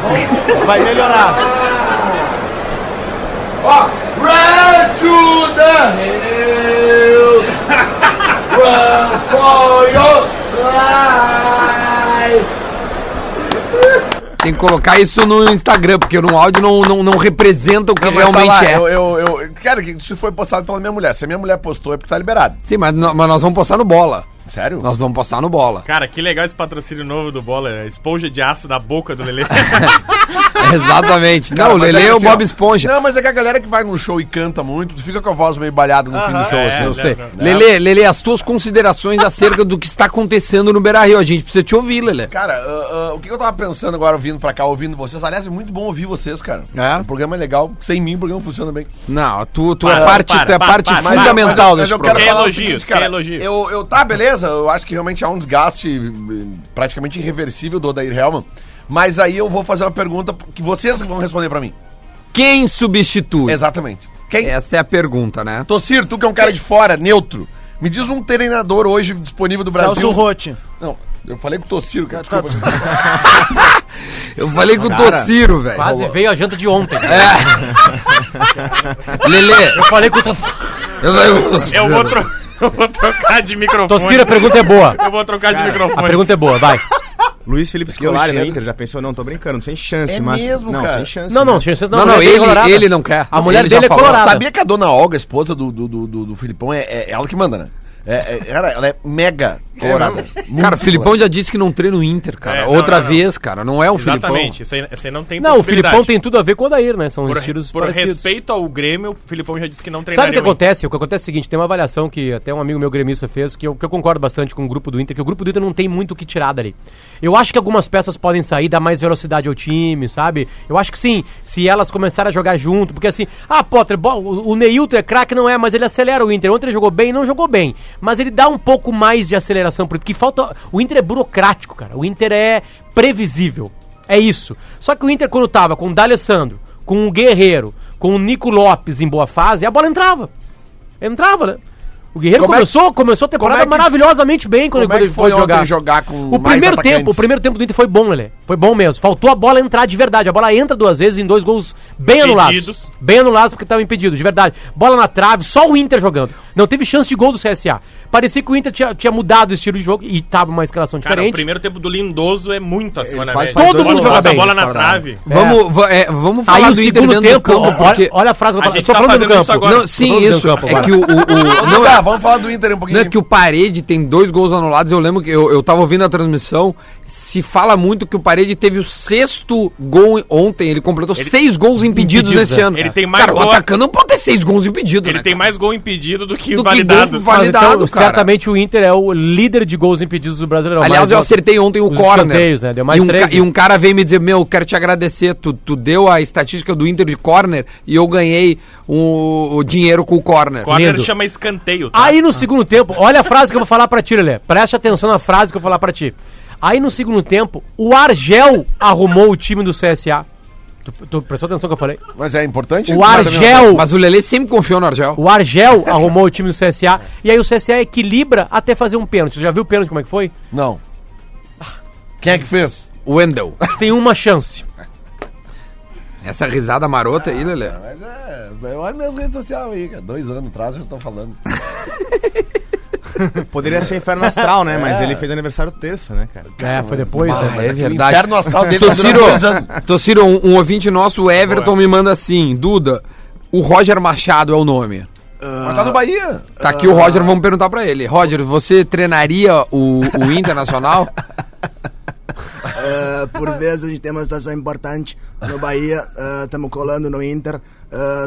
[SPEAKER 4] Vai melhorar.
[SPEAKER 8] Ó, run to the hills! Run for your life!
[SPEAKER 1] Tem que colocar isso no Instagram, porque no áudio não, não, não representa o que
[SPEAKER 7] Não, mas
[SPEAKER 1] realmente
[SPEAKER 7] tá lá,
[SPEAKER 1] é.
[SPEAKER 7] Eu, eu, eu- cara, que isso foi postado pela minha mulher. Se a minha mulher postou, é porque tá liberado.
[SPEAKER 1] Sim, mas, nó- mas nós vamos postar no bola.
[SPEAKER 7] Sério?
[SPEAKER 1] Nós vamos postar no bola.
[SPEAKER 3] Cara, que legal esse patrocínio novo do Bola. A esponja de aço da boca do Lelê. É,
[SPEAKER 1] Exatamente.
[SPEAKER 7] Cara,
[SPEAKER 1] não, o
[SPEAKER 7] mas
[SPEAKER 1] Lelê é o
[SPEAKER 7] assim,
[SPEAKER 1] Bob
[SPEAKER 7] ó,
[SPEAKER 1] Esponja.
[SPEAKER 7] Não, mas é que a galera que vai num show e canta muito, tu fica com a voz meio balhada no fim do show,
[SPEAKER 3] é,
[SPEAKER 7] assim.
[SPEAKER 1] Eu
[SPEAKER 3] não,
[SPEAKER 1] sei.
[SPEAKER 3] não,
[SPEAKER 7] não.
[SPEAKER 1] Lelê, Lelê, as tuas considerações acerca do que está acontecendo no Beira Rio. A gente precisa te ouvir, Lelê.
[SPEAKER 7] Cara, ah, ah, o que eu tava pensando agora vindo pra cá, ouvindo vocês? Aliás, é muito bom ouvir vocês, cara.
[SPEAKER 1] É?
[SPEAKER 7] O programa é legal. Sem mim, o programa funciona bem.
[SPEAKER 1] Não, tu, tu é
[SPEAKER 3] Para,
[SPEAKER 1] parte,
[SPEAKER 3] para,
[SPEAKER 1] tu é
[SPEAKER 3] para,
[SPEAKER 1] parte
[SPEAKER 3] para, para.
[SPEAKER 1] fundamental desse
[SPEAKER 7] quero
[SPEAKER 1] programa.
[SPEAKER 3] Tem
[SPEAKER 7] falar o
[SPEAKER 3] elogio,
[SPEAKER 7] seguinte,
[SPEAKER 3] tem
[SPEAKER 7] cara,
[SPEAKER 3] elogio.
[SPEAKER 7] Eu, eu, tá, beleza. Eu acho que realmente há um desgaste eh, praticamente irreversível do Odair Helman. Mas aí eu vou fazer uma pergunta que vocês vão responder pra mim.
[SPEAKER 1] Quem substitui?
[SPEAKER 7] Exatamente. Quem?
[SPEAKER 1] Essa é a pergunta, né?
[SPEAKER 7] Tocir, tu que é um cara de fora, neutro. Me diz um treinador hoje disponível do Brasil.
[SPEAKER 4] Celso Rotti.
[SPEAKER 7] Não, eu falei com o Tocir, cara.
[SPEAKER 4] Tá-
[SPEAKER 7] Desculpa.
[SPEAKER 1] Eu falei com o
[SPEAKER 7] Cara,
[SPEAKER 1] Tociro, velho.
[SPEAKER 2] Quase veio a janta de ontem.
[SPEAKER 1] Lelê,
[SPEAKER 2] Eu falei que o Toc-
[SPEAKER 1] eu falei com o Tociro.
[SPEAKER 3] Eu vou, tro... eu vou trocar de microfone.
[SPEAKER 2] Tocira, a pergunta é boa.
[SPEAKER 3] Eu vou trocar de
[SPEAKER 2] A
[SPEAKER 3] microfone.
[SPEAKER 2] pergunta é boa, vai.
[SPEAKER 9] Luiz Felipe Scolari
[SPEAKER 7] chego.
[SPEAKER 9] no Inter, já pensou? Não, tô brincando, sem chance,
[SPEAKER 7] É
[SPEAKER 9] mas.
[SPEAKER 7] mesmo,
[SPEAKER 9] não,
[SPEAKER 7] cara?
[SPEAKER 9] sem chance.
[SPEAKER 2] Não, não,
[SPEAKER 9] né?
[SPEAKER 2] vocês
[SPEAKER 1] Não, não, ele, ele não quer.
[SPEAKER 2] A mulher
[SPEAKER 1] Ele
[SPEAKER 2] dele
[SPEAKER 1] já
[SPEAKER 2] é
[SPEAKER 1] falou.
[SPEAKER 2] colorada.
[SPEAKER 7] Sabia que a dona Olga, esposa do, do, do, do- do Filipão, é, é ela que manda, né? É, é- cara, ela é mega colorada. Muito
[SPEAKER 1] Cara, o Filipão já disse que não treina o Inter, cara.
[SPEAKER 3] É, não,
[SPEAKER 1] Outra
[SPEAKER 3] não, não.
[SPEAKER 1] vez, cara. Não é o
[SPEAKER 3] Exatamente. Isso aí, isso aí não tem
[SPEAKER 2] Não, o
[SPEAKER 3] possibilidade.
[SPEAKER 2] Filipão tem tudo a ver com o Daír, né? São
[SPEAKER 3] Por,
[SPEAKER 2] estilos
[SPEAKER 3] por
[SPEAKER 2] parecidos.
[SPEAKER 3] respeito ao Grêmio, o Filipão já disse que não
[SPEAKER 2] Sabe o que
[SPEAKER 3] treinaria Inter.
[SPEAKER 2] acontece? O que acontece é o seguinte, tem uma avaliação que até um amigo meu gremista fez, que eu, que eu concordo bastante com o grupo do Inter, que o grupo do Inter não tem muito o que tirar dali. Eu acho que algumas peças podem sair, dar mais velocidade ao time, sabe? Eu acho que sim, se elas começarem a jogar junto, porque assim, ah, Potter, bo- o o Neilton é craque, não é, mas ele acelera o Inter. Ontem ele jogou bem, não jogou bem, mas ele dá um pouco mais de aceleração, porque falta... O Inter é burocrático, cara, o Inter é previsível, é isso. Só que o Inter quando tava com o D'Alessandro, com o Guerreiro, com o Nico Lopes em boa fase, a bola entrava. Entrava, né? O Guerreiro
[SPEAKER 7] Como é que-
[SPEAKER 2] começou, começou a temporada
[SPEAKER 7] como é que-
[SPEAKER 2] maravilhosamente bem quando,
[SPEAKER 7] como
[SPEAKER 2] quando
[SPEAKER 7] é
[SPEAKER 2] ele
[SPEAKER 7] que foi
[SPEAKER 2] foi
[SPEAKER 7] ontem
[SPEAKER 2] jogar.
[SPEAKER 7] jogar com
[SPEAKER 2] o
[SPEAKER 7] mais
[SPEAKER 2] primeiro
[SPEAKER 7] atacantes?
[SPEAKER 2] tempo, o primeiro tempo do Inter foi bom, Lelê. Foi bom mesmo. Faltou a bola entrar de verdade. A bola entra duas vezes em dois gols bem anulados.
[SPEAKER 3] Impedidos.
[SPEAKER 2] Bem anulados porque estava impedido, de verdade. Bola na trave, só o Inter jogando. Não teve chance de gol do CSA. Parecia que o Inter tinha, tinha mudado o estilo de jogo e tava uma escalação
[SPEAKER 3] Cara,
[SPEAKER 2] diferente.
[SPEAKER 3] o primeiro tempo do Lindoso é muito acima
[SPEAKER 9] Ele
[SPEAKER 3] da
[SPEAKER 9] quase
[SPEAKER 3] média.
[SPEAKER 9] faz
[SPEAKER 2] Todo dois mundo gols joga
[SPEAKER 3] Bota
[SPEAKER 2] bem.
[SPEAKER 3] A bola na trave.
[SPEAKER 1] Vamos, va- é, vamos falar
[SPEAKER 2] Aí o
[SPEAKER 1] do Inter
[SPEAKER 2] segundo
[SPEAKER 1] dentro
[SPEAKER 2] tempo,
[SPEAKER 1] do campo,
[SPEAKER 2] olha,
[SPEAKER 1] porque...
[SPEAKER 2] olha a frase que eu
[SPEAKER 3] A
[SPEAKER 2] falei.
[SPEAKER 3] gente tá fazendo isso agora.
[SPEAKER 1] Não, sim,
[SPEAKER 2] Tô falando do
[SPEAKER 1] isso.
[SPEAKER 2] campo
[SPEAKER 1] é
[SPEAKER 2] agora.
[SPEAKER 1] que o... o- o- não, é,
[SPEAKER 7] vamos falar do Inter um pouquinho.
[SPEAKER 1] Não é que o Parede tem dois gols anulados. Eu lembro que eu, eu tava ouvindo a transmissão. Se fala muito que o Parede teve o sexto gol ontem. Ele completou seis gols impedidos,
[SPEAKER 2] impedidos,
[SPEAKER 1] nesse
[SPEAKER 2] é.
[SPEAKER 1] ano.
[SPEAKER 3] né? Ele tem mais
[SPEAKER 1] Cara, o
[SPEAKER 3] gol-
[SPEAKER 1] atacante não pode ter seis gols impedidos.
[SPEAKER 3] Ele
[SPEAKER 1] né,
[SPEAKER 3] tem
[SPEAKER 1] cara?
[SPEAKER 3] mais gol impedido do que
[SPEAKER 1] Do que
[SPEAKER 3] validado.
[SPEAKER 1] gol validado, cara.
[SPEAKER 2] Então, certamente o Inter é o líder de gols impedidos do Brasileirão.
[SPEAKER 1] Aliás,
[SPEAKER 2] mas
[SPEAKER 1] eu
[SPEAKER 2] o-
[SPEAKER 1] acertei ontem o
[SPEAKER 2] os
[SPEAKER 1] corner.
[SPEAKER 2] escanteios, né? Deu mais
[SPEAKER 1] e, um
[SPEAKER 2] três,
[SPEAKER 1] ca- e um cara veio me dizer: Meu, eu quero te agradecer. Tu, tu deu a estatística do Inter de corner e eu ganhei o, o dinheiro com o corner.
[SPEAKER 3] Corner
[SPEAKER 2] Lindo.
[SPEAKER 3] chama escanteio, tá?
[SPEAKER 2] Aí no segundo tempo, olha a frase que eu vou falar pra ti, Lelê. Preste atenção na frase que eu vou falar pra ti. Aí no segundo tempo, o Argel arrumou o time do CSA. Tu, tu prestou atenção no que eu falei?
[SPEAKER 7] Mas é importante.
[SPEAKER 2] O Argel,
[SPEAKER 1] Mas o Lelê sempre confiou no Argel.
[SPEAKER 2] o Argel arrumou o time do CSA e aí o CSA equilibra até fazer um pênalti. Você já viu o pênalti como é que foi?
[SPEAKER 7] Não. Quem é que fez?
[SPEAKER 1] O Wendel.
[SPEAKER 2] Tem uma chance.
[SPEAKER 1] Essa risada marota aí, Lelê.
[SPEAKER 2] Ah,
[SPEAKER 7] Mas é, olha minhas redes sociais aí, cara. Dois anos atrás eu já tô falando.
[SPEAKER 9] Poderia ser inferno astral, né? Mas ele fez aniversário terça, né, cara?
[SPEAKER 2] É, foi depois, né?
[SPEAKER 1] Ah, é verdade.
[SPEAKER 7] inferno astral dele tá
[SPEAKER 1] Tociro,
[SPEAKER 7] durando dois anos.
[SPEAKER 1] Tociro, um, um ouvinte nosso, o Everton, me manda assim: Duda, o Roger Machado é o nome.
[SPEAKER 7] Mas tá no Bahia.
[SPEAKER 1] Tá aqui
[SPEAKER 2] Ah.
[SPEAKER 1] o Roger, vamos perguntar pra ele. Roger, você treinaria o, o Internacional?
[SPEAKER 10] Eh, por vezes a gente tem uma situação importante no Bahia, estamos colando no Inter,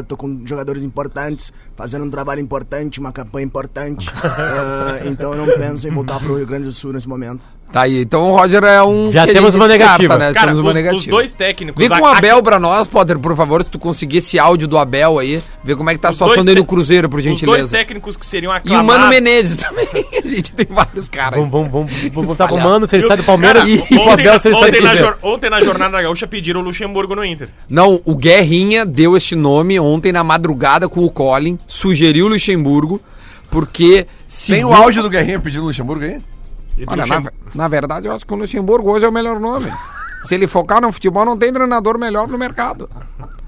[SPEAKER 10] estou com jogadores importantes, fazendo um trabalho importante, uma campanha importante, eh, então eu não penso em voltar para o Rio Grande do Sul nesse momento.
[SPEAKER 1] Tá aí, então o Roger é um.
[SPEAKER 2] Já
[SPEAKER 1] que a
[SPEAKER 2] temos
[SPEAKER 1] gente
[SPEAKER 2] uma
[SPEAKER 1] descarta,
[SPEAKER 2] negativa.
[SPEAKER 1] Né?
[SPEAKER 3] Cara,
[SPEAKER 1] temos uma
[SPEAKER 3] os,
[SPEAKER 1] negativa.
[SPEAKER 3] os dois técnicos.
[SPEAKER 2] um
[SPEAKER 1] Vê com o
[SPEAKER 3] a-
[SPEAKER 1] Abel pra nós, Potter, por favor, se tu conseguir esse áudio do Abel aí. Vê como é que tá a situação
[SPEAKER 3] dois
[SPEAKER 1] dele no
[SPEAKER 3] te-
[SPEAKER 1] Cruzeiro, por
[SPEAKER 3] Os dois
[SPEAKER 1] gentileza.
[SPEAKER 3] técnicos que seriam
[SPEAKER 1] E
[SPEAKER 3] aclamados.
[SPEAKER 1] o Mano Menezes também. a gente tem vários caras.
[SPEAKER 2] Vamos, vamos, vamos, vamos botar pro Mano se ele sai do Palmeiras
[SPEAKER 3] Cara,
[SPEAKER 2] e pro
[SPEAKER 3] ontem,
[SPEAKER 2] Abel se ele sai do
[SPEAKER 3] ontem, na
[SPEAKER 2] Cruzeiro.
[SPEAKER 3] jor- ontem na Jornada Gaúcha pediram o Luxemburgo no Inter.
[SPEAKER 1] Não, o Guerrinha deu este nome ontem na madrugada com o Colin, sugeriu o Luxemburgo, porque se.
[SPEAKER 7] Tem o áudio do Guerrinha pedindo Luxemburgo aí?
[SPEAKER 3] E do
[SPEAKER 1] Olha,
[SPEAKER 3] Luxem-
[SPEAKER 1] na, na verdade, eu acho que o Luxemburgo hoje é o melhor nome. se ele focar no futebol, não tem treinador melhor no mercado.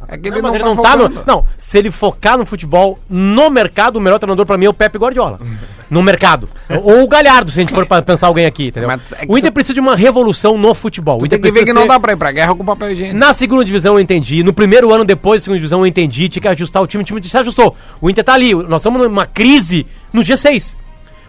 [SPEAKER 1] É que ele
[SPEAKER 2] Mas
[SPEAKER 1] não,
[SPEAKER 2] ele
[SPEAKER 1] tá
[SPEAKER 2] não tá no,
[SPEAKER 1] focando.
[SPEAKER 2] não, se ele focar no futebol, no mercado, o melhor treinador pra mim é o Pepe Guardiola. No mercado. Ou o Galhardo, se a gente for pra pensar alguém aqui, entendeu?
[SPEAKER 1] Mas é que
[SPEAKER 2] o Inter
[SPEAKER 1] tu-
[SPEAKER 2] precisa de uma revolução no futebol. O
[SPEAKER 1] Tu
[SPEAKER 2] Inter
[SPEAKER 1] tem É que ver
[SPEAKER 2] precisa
[SPEAKER 1] que não
[SPEAKER 2] ser-
[SPEAKER 1] dá pra ir pra guerra com papel higiênico.
[SPEAKER 2] Na segunda divisão eu entendi. No primeiro ano depois da segunda divisão eu entendi. Tinha que ajustar o time. O time se ajustou. O Inter tá ali. Nós estamos numa crise no G6.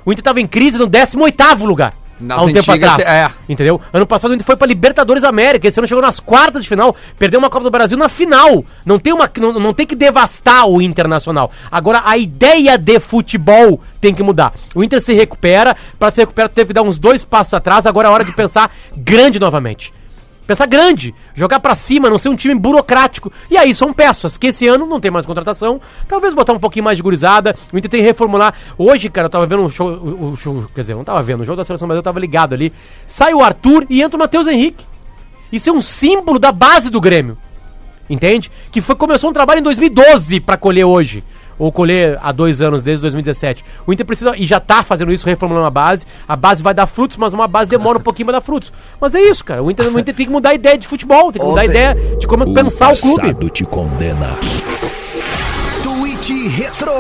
[SPEAKER 2] O Inter tava em crise no 18 lugar.
[SPEAKER 1] Nas
[SPEAKER 2] há um tempo
[SPEAKER 1] antigas,
[SPEAKER 2] atrás.
[SPEAKER 1] é.
[SPEAKER 2] Entendeu? Ano passado o Inter foi pra Libertadores América. Esse ano chegou nas quartas de final. Perdeu uma Copa do Brasil na final. Não tem, uma, não, não tem que devastar o Internacional. Agora a ideia de futebol tem que mudar. O Inter se recupera. Pra se recuperar teve que dar uns dois passos atrás. Agora é hora de pensar grande novamente. Pensar grande, jogar pra cima, não ser um time burocrático. E aí são peças que esse ano não tem mais contratação. Talvez botar um pouquinho mais de gurizada. O Inter tem que reformular. Hoje, cara, eu tava vendo um show, o, o show- Quer dizer, eu não tava vendo. O jogo da seleção brasileira eu tava ligado ali. Sai o Arthur e entra o Matheus Henrique. Isso é um símbolo da base do Grêmio. Entende? Que foi, começou um trabalho em 2012 pra colher hoje. Ou colher há dois anos, desde 2017. O Inter precisa, e já tá fazendo isso, reformulando a base. A base vai dar frutos, mas uma base demora um pouquinho pra dar frutos. Mas é isso, cara. O Inter, o Inter tem que mudar a ideia de futebol, tem que mudar a ideia de como pensar o clube.
[SPEAKER 6] te condena. Tweet Retro.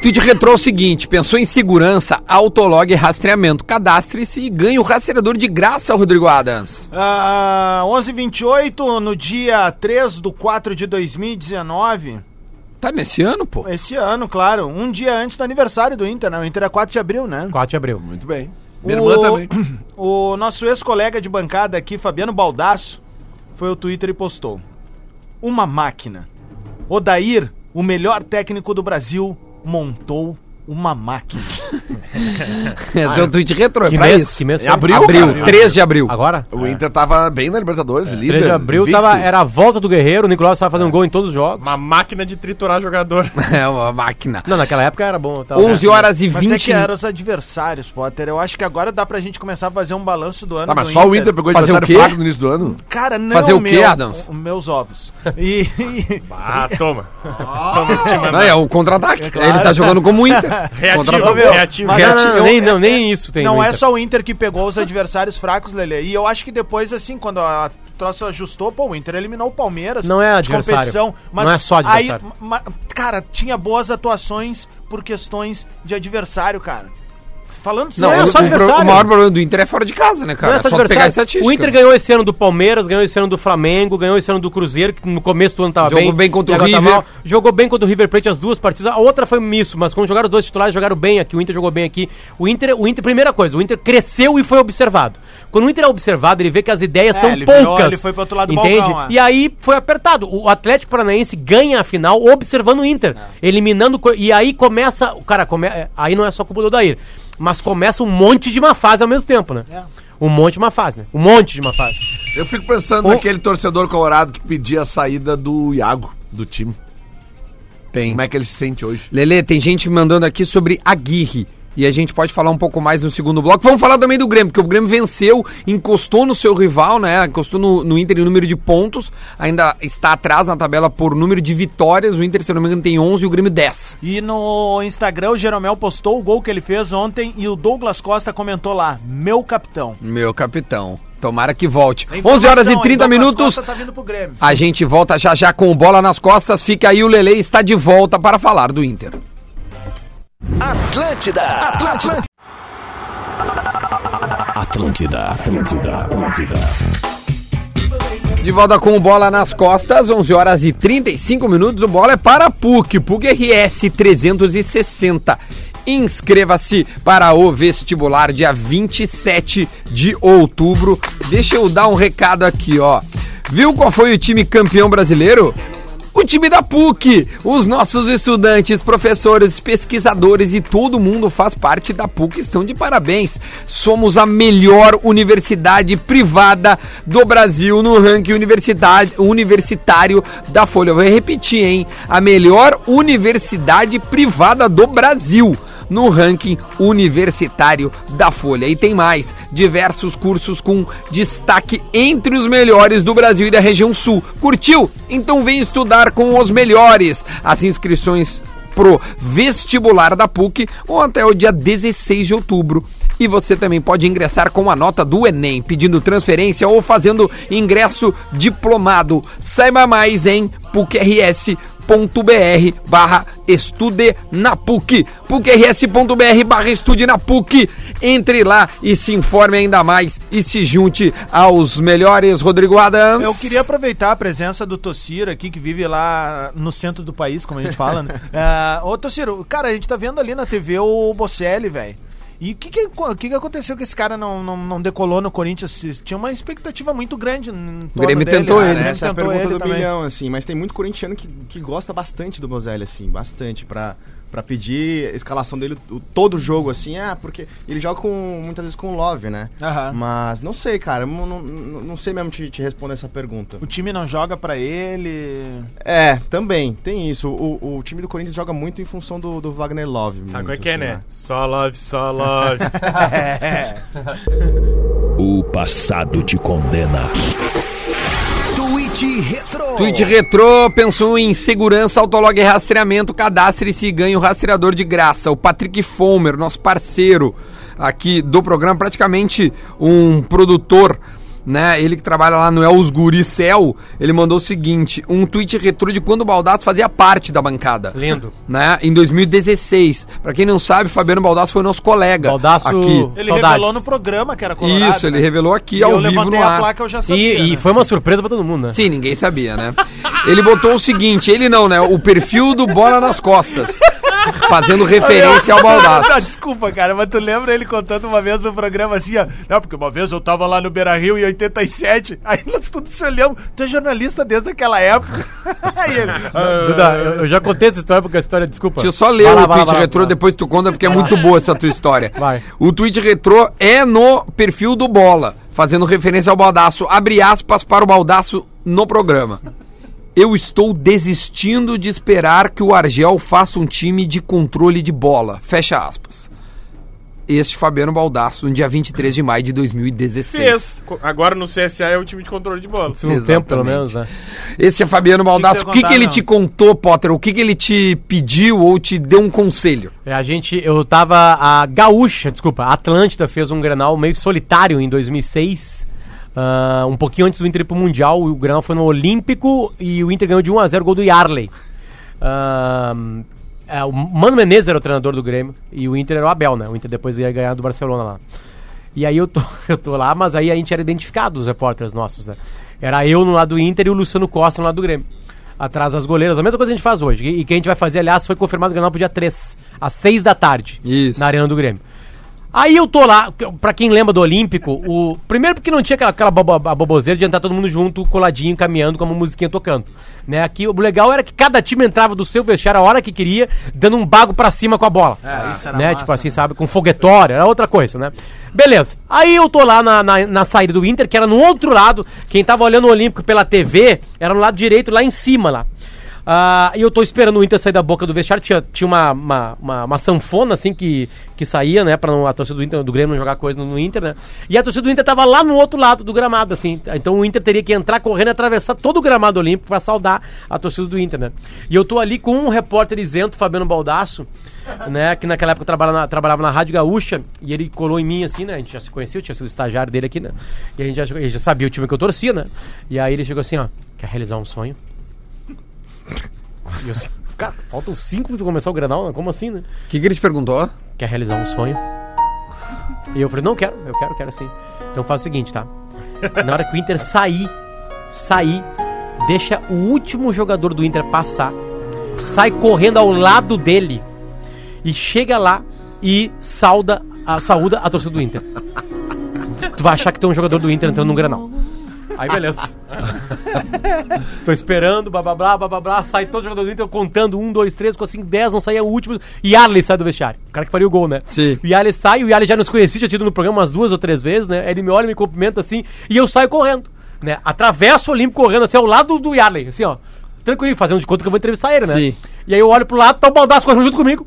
[SPEAKER 1] Tweet retrô é o seguinte: pensou em segurança, autolog e rastreamento. Cadastre-se e ganhe o rastreador de graça, Rodrigo Adams.
[SPEAKER 4] Ah, 11h28, no dia 3 do 4 de 2019,
[SPEAKER 1] Tá nesse ano, pô?
[SPEAKER 4] esse ano, claro, um dia antes do aniversário do Inter, né? O Inter é 4 de abril, né?
[SPEAKER 2] 4 de abril.
[SPEAKER 7] Muito bem. Minha irmã também.
[SPEAKER 4] O nosso ex-colega de bancada aqui, Fabiano Baldasso, foi ao Twitter e postou: Uma máquina. Odair, o melhor técnico do Brasil, montou uma máquina.
[SPEAKER 1] Esse é o tweet retrô, é
[SPEAKER 2] Que
[SPEAKER 1] pra
[SPEAKER 2] mês?
[SPEAKER 1] isso.
[SPEAKER 2] Que mês foi?
[SPEAKER 1] Abril, abril, 3 de abril.
[SPEAKER 2] Agora?
[SPEAKER 7] O Inter tava bem na Libertadores, líder.
[SPEAKER 2] 3 de abril
[SPEAKER 7] invicto.
[SPEAKER 2] tava, era a volta do Guerreiro, o Nicolau tava fazendo gol em todos os jogos.
[SPEAKER 3] Uma máquina de triturar jogador.
[SPEAKER 1] É uma máquina.
[SPEAKER 2] Não, naquela época era bom. tava-
[SPEAKER 1] 11 horas e
[SPEAKER 4] Mas é
[SPEAKER 1] 20
[SPEAKER 4] que eram os adversários, Potter. Eu acho que agora dá pra gente começar a fazer um balanço do ano.
[SPEAKER 7] Ah, mas
[SPEAKER 4] do
[SPEAKER 7] só o Inter pegou
[SPEAKER 1] Fazer Tá, o
[SPEAKER 7] adversário
[SPEAKER 1] quê?
[SPEAKER 7] fraco no início do ano?
[SPEAKER 4] Cara, não
[SPEAKER 1] Fazer o
[SPEAKER 4] meu,
[SPEAKER 1] quê, Adams?
[SPEAKER 4] o- Meus ovos. E, e-
[SPEAKER 3] Ah, toma. toma, te
[SPEAKER 1] Não, é o contra-ataque. Ele tá jogando como o Inter.
[SPEAKER 3] Reativo,
[SPEAKER 1] Contra-ataque.
[SPEAKER 4] meu,
[SPEAKER 3] reativo.
[SPEAKER 4] mas
[SPEAKER 2] Tá Não, não, não,
[SPEAKER 4] Eu-
[SPEAKER 2] nem, não, nem isso tem.
[SPEAKER 4] não
[SPEAKER 2] no
[SPEAKER 4] é
[SPEAKER 2] Inter.
[SPEAKER 4] só o Inter que pegou os adversários fracos, Lele. E eu acho que depois, assim, quando a o troço ajustou, pô, o Inter eliminou o Palmeiras.
[SPEAKER 2] Não é
[SPEAKER 4] de
[SPEAKER 2] adversário.
[SPEAKER 4] competição, mas
[SPEAKER 2] Não é só
[SPEAKER 4] aí,
[SPEAKER 2] adversário.
[SPEAKER 4] ma- cara, tinha boas atuações por questões de adversário, cara. Falando
[SPEAKER 1] Não,
[SPEAKER 2] é
[SPEAKER 1] o,
[SPEAKER 2] só
[SPEAKER 1] o
[SPEAKER 2] adversário.
[SPEAKER 1] pro- o maior problema do Inter é fora de casa, né,
[SPEAKER 2] Não
[SPEAKER 1] cara?
[SPEAKER 2] é só
[SPEAKER 1] é só tu
[SPEAKER 2] adversário.
[SPEAKER 1] pegar a estatística.
[SPEAKER 2] O Inter ganhou esse ano do Palmeiras, ganhou esse ano do Flamengo, ganhou esse ano do Cruzeiro, que no começo do ano tava
[SPEAKER 1] Jogou
[SPEAKER 2] bem.
[SPEAKER 1] bem contra o
[SPEAKER 2] e agora tá
[SPEAKER 1] River.
[SPEAKER 2] mal. Jogou bem contra o River Plate as duas partidas. A outra foi misso, mas quando jogaram os dois titulares, jogaram bem aqui. O Inter jogou bem aqui. O Inter, o Inter, primeira coisa, o Inter cresceu e foi observado. Quando o Inter é observado, ele vê que as ideias
[SPEAKER 4] É,
[SPEAKER 2] são
[SPEAKER 4] ele
[SPEAKER 2] poucas.
[SPEAKER 4] virou, ele foi pro outro lado do
[SPEAKER 2] entende?
[SPEAKER 4] balcão, é.
[SPEAKER 2] E aí foi apertado. O Atlético Paranaense ganha a final observando o Inter,
[SPEAKER 4] É.
[SPEAKER 2] eliminando co- e aí começa, o cara, come, é, aí não é só culpa do Odair, mas começa um monte de má fase ao mesmo tempo, né?
[SPEAKER 4] É.
[SPEAKER 2] Um monte de má fase, né? Um monte de má fase.
[SPEAKER 7] Eu fico pensando naquele torcedor colorado que pedia a saída do Iago, do time.
[SPEAKER 1] Tem.
[SPEAKER 7] Como é que ele se sente hoje?
[SPEAKER 1] Lele, tem gente mandando aqui sobre Aguirre. E a gente pode falar um pouco mais no segundo bloco. Vamos falar também do Grêmio, porque o Grêmio venceu, encostou no seu rival, né? Encostou no, no Inter em número de pontos. Ainda está atrás na tabela por número de vitórias. O Inter, se eu não me engano, tem 11 e o Grêmio 10.
[SPEAKER 4] E no Instagram o Jeromel postou o gol que ele fez ontem e o Douglas Costa comentou lá, meu capitão.
[SPEAKER 1] Meu capitão, tomara que volte.
[SPEAKER 4] A
[SPEAKER 1] 11 horas e
[SPEAKER 4] informação,
[SPEAKER 1] 30
[SPEAKER 4] hein, Douglas
[SPEAKER 1] minutos.
[SPEAKER 4] Costa tá vindo pro Grêmio.
[SPEAKER 1] A gente volta já já com o bola nas costas. Fica aí, o Lele está de volta para falar do Inter.
[SPEAKER 6] Atlântida! Atlântida! Atlântida, Atlântida, Atlântida.
[SPEAKER 1] De volta com o Bola nas costas, 11 horas e 35 minutos. O Bola é para a PUC, PUC RS 360. Inscreva-se para o vestibular dia 27 de outubro. Deixa eu dar um recado aqui, ó. Viu qual foi o time campeão brasileiro? O time da PUC! Os nossos estudantes, professores, pesquisadores e todo mundo faz parte da PUC estão de parabéns. Somos a melhor universidade privada do Brasil no ranking universidade- universitário da Folha. Eu vou repetir, hein? A melhor universidade privada do Brasil no ranking universitário da Folha. E tem mais, diversos cursos com destaque entre os melhores do Brasil e da região sul. Curtiu? Então vem estudar com os melhores. As inscrições pro vestibular da PUC ou até o dia 16 de outubro. E você também pode ingressar com a nota do Enem, pedindo transferência ou fazendo ingresso diplomado. Saiba mais em PUCRS pucrs.br barra estude na PUC, pucrs.br barra estude na PUC, entre lá e se informe ainda mais e se junte aos melhores Rodrigo Adams.
[SPEAKER 4] Eu queria aproveitar a presença do Tossiro aqui, que vive lá no centro do país, como a gente fala, né? Ah, ô, Tossiro, cara, a gente tá vendo ali na TV o Bocelli, velho. E o que que, o que que aconteceu que esse cara não, não, não decolou no Corinthians? Tinha uma expectativa muito grande. O
[SPEAKER 1] Grêmio tentou ele.
[SPEAKER 9] Cara, essa é a
[SPEAKER 4] né? tentou
[SPEAKER 9] pergunta
[SPEAKER 4] ele
[SPEAKER 9] do
[SPEAKER 4] também.
[SPEAKER 9] milhão, assim. Mas tem muito corintiano que, que gosta bastante do Bozelli, assim, bastante, pra, pra pedir a escalação dele o- todo jogo, assim. Ah, porque ele joga com, muitas vezes com o Love, né?
[SPEAKER 4] Aham.
[SPEAKER 9] Mas não sei, cara, eu não, não, não não sei mesmo te, te responder essa pergunta.
[SPEAKER 4] O time não joga pra ele.
[SPEAKER 9] É, também, tem isso. O, o time do Corinthians joga muito em função do, do Wagner Love. muito,
[SPEAKER 3] Sabe qual é que é,
[SPEAKER 9] assim,
[SPEAKER 3] né? Só love, só love.
[SPEAKER 6] O passado te condena.
[SPEAKER 1] Tweet Retro pensou em segurança, autolog e rastreamento, cadastre-se e ganhe o rastreador de graça. O Patrick Fomer, nosso parceiro aqui do programa, praticamente um produtor, né? Ele que trabalha lá no El Os Guricel, ele mandou o seguinte, um tweet retrô de quando o Baldassi fazia parte da bancada.
[SPEAKER 2] Lindo.
[SPEAKER 1] Né? Em 2016. Pra quem não sabe, Fabiano Baldassi foi nosso colega
[SPEAKER 2] Baldasso-
[SPEAKER 1] aqui.
[SPEAKER 4] Ele
[SPEAKER 2] Saudades.
[SPEAKER 4] revelou no programa que era colorado.
[SPEAKER 1] Isso, ele
[SPEAKER 4] né?
[SPEAKER 1] revelou aqui
[SPEAKER 4] E
[SPEAKER 1] ao
[SPEAKER 4] eu
[SPEAKER 1] vivo no
[SPEAKER 4] levantei
[SPEAKER 1] ar.
[SPEAKER 4] a placa, eu já sabia.
[SPEAKER 2] E, e
[SPEAKER 4] né?
[SPEAKER 2] foi uma surpresa pra todo mundo, né?
[SPEAKER 1] Sim, ninguém sabia, né? Ele botou o seguinte, ele não, né? O perfil do Bola nas Costas, fazendo referência ao
[SPEAKER 4] Ah,
[SPEAKER 1] Baldaço.
[SPEAKER 4] desculpa, cara, mas tu lembra ele contando uma vez no programa assim, ó. Não, porque uma vez eu tava lá no Beira Rio em 87, aí nós todos se olhamos, tu é jornalista desde aquela época. aí ele, "Ah,
[SPEAKER 2] Duda, eu, eu já contei essa história porque a história, desculpa.
[SPEAKER 1] Deixa eu só ler
[SPEAKER 2] Vai lá,
[SPEAKER 1] o
[SPEAKER 2] vai lá,
[SPEAKER 1] tweet
[SPEAKER 2] vai lá,
[SPEAKER 1] retrô,
[SPEAKER 2] vai lá.
[SPEAKER 1] depois tu conta, porque é muito boa essa tua história.
[SPEAKER 2] Vai.
[SPEAKER 1] O tweet retrô é no perfil do Bola, fazendo referência ao Baldaço. Abre aspas para o Baldaço no programa. Eu estou desistindo de esperar que o Argel faça um time de controle de bola. Fecha aspas. Este Fabiano Baldaço, no dia 23 de maio de 2016.
[SPEAKER 3] Fez. Co- Agora no CSA é o time de controle de bola.
[SPEAKER 2] Segundo tempo, pelo
[SPEAKER 1] Exatamente.
[SPEAKER 2] menos, né?
[SPEAKER 1] Esse é Fabiano Baldasso.
[SPEAKER 4] ter
[SPEAKER 1] O que, que
[SPEAKER 4] contado,
[SPEAKER 1] ele
[SPEAKER 4] não.
[SPEAKER 1] te contou, Potter? O que, que ele te pediu ou te deu um conselho?
[SPEAKER 2] É, A gente, eu tava, a Gaúcha, desculpa, a Atlântida fez um Grenal meio que solitário em 2006, ah, um pouquinho antes do Inter ir pro Mundial, o um Grenal foi no Olímpico e o Inter ganhou de 1 a 0 o gol do Yarley. Ah, é, o Mano Menezes era o treinador do Grêmio e o Inter era o Abel, né? O Inter depois ia ganhar do Barcelona lá. E aí eu tô, eu tô lá, mas aí a gente era identificado, os repórteres nossos, né? Era eu no lado do Inter e o Luciano Costa no lado do Grêmio. Atrás das goleiras, a mesma coisa que a gente faz hoje. E, e que a gente vai fazer, aliás, foi confirmado o Grenal pro dia 3, às 6 da tarde,
[SPEAKER 1] Isso.
[SPEAKER 2] na Arena do Grêmio. Aí eu tô lá, que- pra quem lembra do Olímpico, o primeiro porque não tinha aquela, aquela bobo- a boboseira de entrar todo mundo junto, coladinho, caminhando com uma musiquinha tocando. Né? Aqui o legal era que cada time entrava do seu vestiário a hora que queria, dando um bago pra cima com a bola.
[SPEAKER 4] É, isso era
[SPEAKER 2] né?
[SPEAKER 4] massa,
[SPEAKER 2] tipo assim, sabe? Com foguetório, era outra coisa, né? Beleza. Aí eu tô lá na, na, na saída do Inter, que era no outro lado, quem tava olhando o Olímpico pela TV, era no lado direito, lá em cima lá. Ah, e eu tô esperando o Inter sair da boca do vestiário. Tinha, tinha uma, uma, uma, uma sanfona assim que, que saía, né? Pra não, a torcida do Inter, do Grêmio não jogar coisa no, no Inter, né? E a torcida do Inter tava lá no outro lado do gramado, assim. Então o Inter teria que entrar correndo e atravessar todo o gramado olímpico pra saudar a torcida do Inter, né? E eu tô ali com um repórter isento, Fabiano Baldasso, né? Que naquela época trabalhava na, trabalhava na Rádio Gaúcha e ele colou em mim, assim, né? A gente já se conhecia, eu tinha sido estagiário dele aqui, né? E a gente já, ele já sabia o time que eu torcia, né? E aí ele chegou assim, ó, quer realizar um sonho? E eu assim, cara, faltam cinco pra você começar o Grenal, né? Como assim, né?
[SPEAKER 1] O que, que ele te perguntou?
[SPEAKER 2] Quer realizar um sonho? E eu falei, não quero, eu quero, quero sim. Então faz o seguinte, tá? Na hora que o Inter sair, sair, deixa o último jogador do Inter passar, sai correndo ao lado dele e chega lá e sauda a, saúda a torcida do Inter. Tu vai achar que tem um jogador do Inter entrando no Grenal. Aí beleza. Tô esperando, blá blá blá, blá blá blá, sai todo jogador do Inter contando, um, dois, três, quatro, cinco, dez, não saía o último. E Arley sai do vestiário. O cara que faria o gol, né?
[SPEAKER 1] Sim.
[SPEAKER 2] O Yali sai, o Yali já nos conhecia, tinha tido no programa umas duas ou três vezes, né? Ele me olha, me cumprimenta assim, e eu saio correndo, né? Atravesso o Olímpico correndo, assim, ao lado do Yali, assim, ó. Tranquilo, fazendo de conta que eu vou entrevistar ele, né?
[SPEAKER 1] Sim.
[SPEAKER 2] E aí eu olho pro lado, tá o Baldasso correndo junto comigo.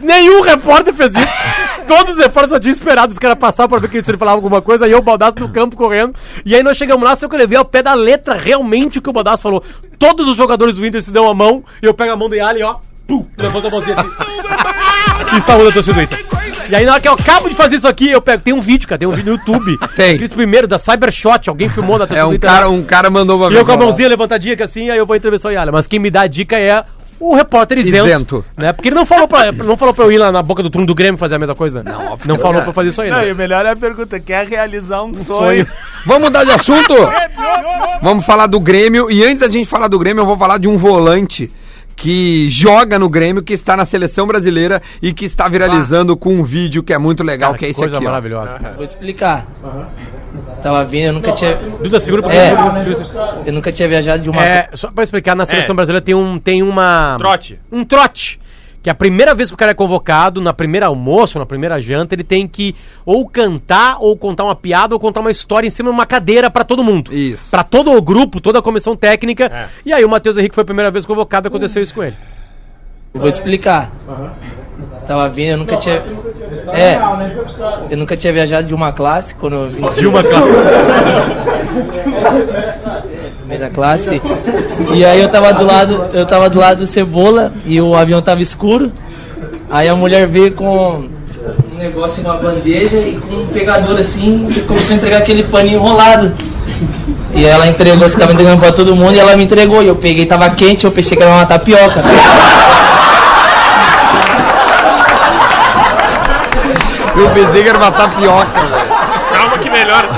[SPEAKER 2] Nenhum repórter fez isso. Todos os repórteres só tinham esperado os caras passar pra ver que se ele falava alguma coisa. Aí eu, o Baldasso no campo correndo. E aí nós chegamos lá, só que eu levei ao pé da letra realmente o que o Baldasso falou. Todos os jogadores do Inter se dão a mão. E eu pego a mão do Yali, ó. Pum, levanta a mãozinha assim. e saúde a torcida do Inter. E aí, na hora que eu acabo de fazer isso aqui, eu pego. Tem um vídeo, cara. Tem um vídeo no YouTube.
[SPEAKER 1] Tem.
[SPEAKER 2] Aqueles primeiros da Cybershot. Alguém filmou na
[SPEAKER 1] É,
[SPEAKER 2] do
[SPEAKER 1] um
[SPEAKER 2] Inter.
[SPEAKER 1] cara, um cara mandou uma
[SPEAKER 2] E eu com a
[SPEAKER 1] falar.
[SPEAKER 2] mãozinha levantadinha que assim, aí eu vou entrevistar o Yala. Mas quem me dá a dica é o repórter isento.
[SPEAKER 1] Isento.
[SPEAKER 2] Né? Porque ele não falou, pra, não falou pra eu ir lá na boca do turno do Grêmio fazer a mesma coisa, né? Não, não falou pra eu fazer isso aí,
[SPEAKER 4] Não, e
[SPEAKER 2] né?
[SPEAKER 4] o melhor é a pergunta: quer realizar um,
[SPEAKER 2] sonho.
[SPEAKER 4] sonho?
[SPEAKER 1] Vamos mudar de assunto? Vamos falar do Grêmio. E antes da gente falar do Grêmio, eu vou falar de um volante que joga no Grêmio, que está na seleção brasileira e que está viralizando com um vídeo que é muito legal,
[SPEAKER 2] Cara,
[SPEAKER 1] que é esse
[SPEAKER 2] coisa
[SPEAKER 1] aqui. Ó.
[SPEAKER 2] maravilhosa. cara.
[SPEAKER 11] Vou explicar. Tava vindo, eu nunca tinha.
[SPEAKER 2] Duda, segura pra
[SPEAKER 11] É.
[SPEAKER 2] mim, segura, segura.
[SPEAKER 11] Eu nunca tinha viajado de uma.
[SPEAKER 2] É, só pra explicar, na seleção
[SPEAKER 3] É.
[SPEAKER 2] brasileira tem, um, tem uma.
[SPEAKER 3] Trote.
[SPEAKER 2] Um trote. Que a primeira vez que o cara é convocado, na primeira almoço, na primeira janta, ele tem que ou cantar, ou contar uma piada, ou contar uma história em cima de uma cadeira pra todo mundo.
[SPEAKER 1] Isso.
[SPEAKER 2] Pra todo o grupo, toda a comissão técnica. E aí o Matheus Henrique foi a primeira vez convocado, aconteceu isso com ele.
[SPEAKER 11] Vou explicar. Tava vindo, eu nunca tinha. É. Eu nunca tinha viajado de uma classe quando eu vim. De uma classe. Primeira classe. E aí eu tava do lado, eu tava do lado do Cebola e o avião tava escuro. Aí a mulher veio com um negócio numa bandeja e com um pegador assim e começou a entregar aquele paninho enrolado. E ela entregou, você tava entregando pra todo mundo e ela me entregou. E eu peguei, tava quente, eu pensei que era uma tapioca.
[SPEAKER 1] Eu pensei que era uma tapioca.
[SPEAKER 3] Calma que melhor.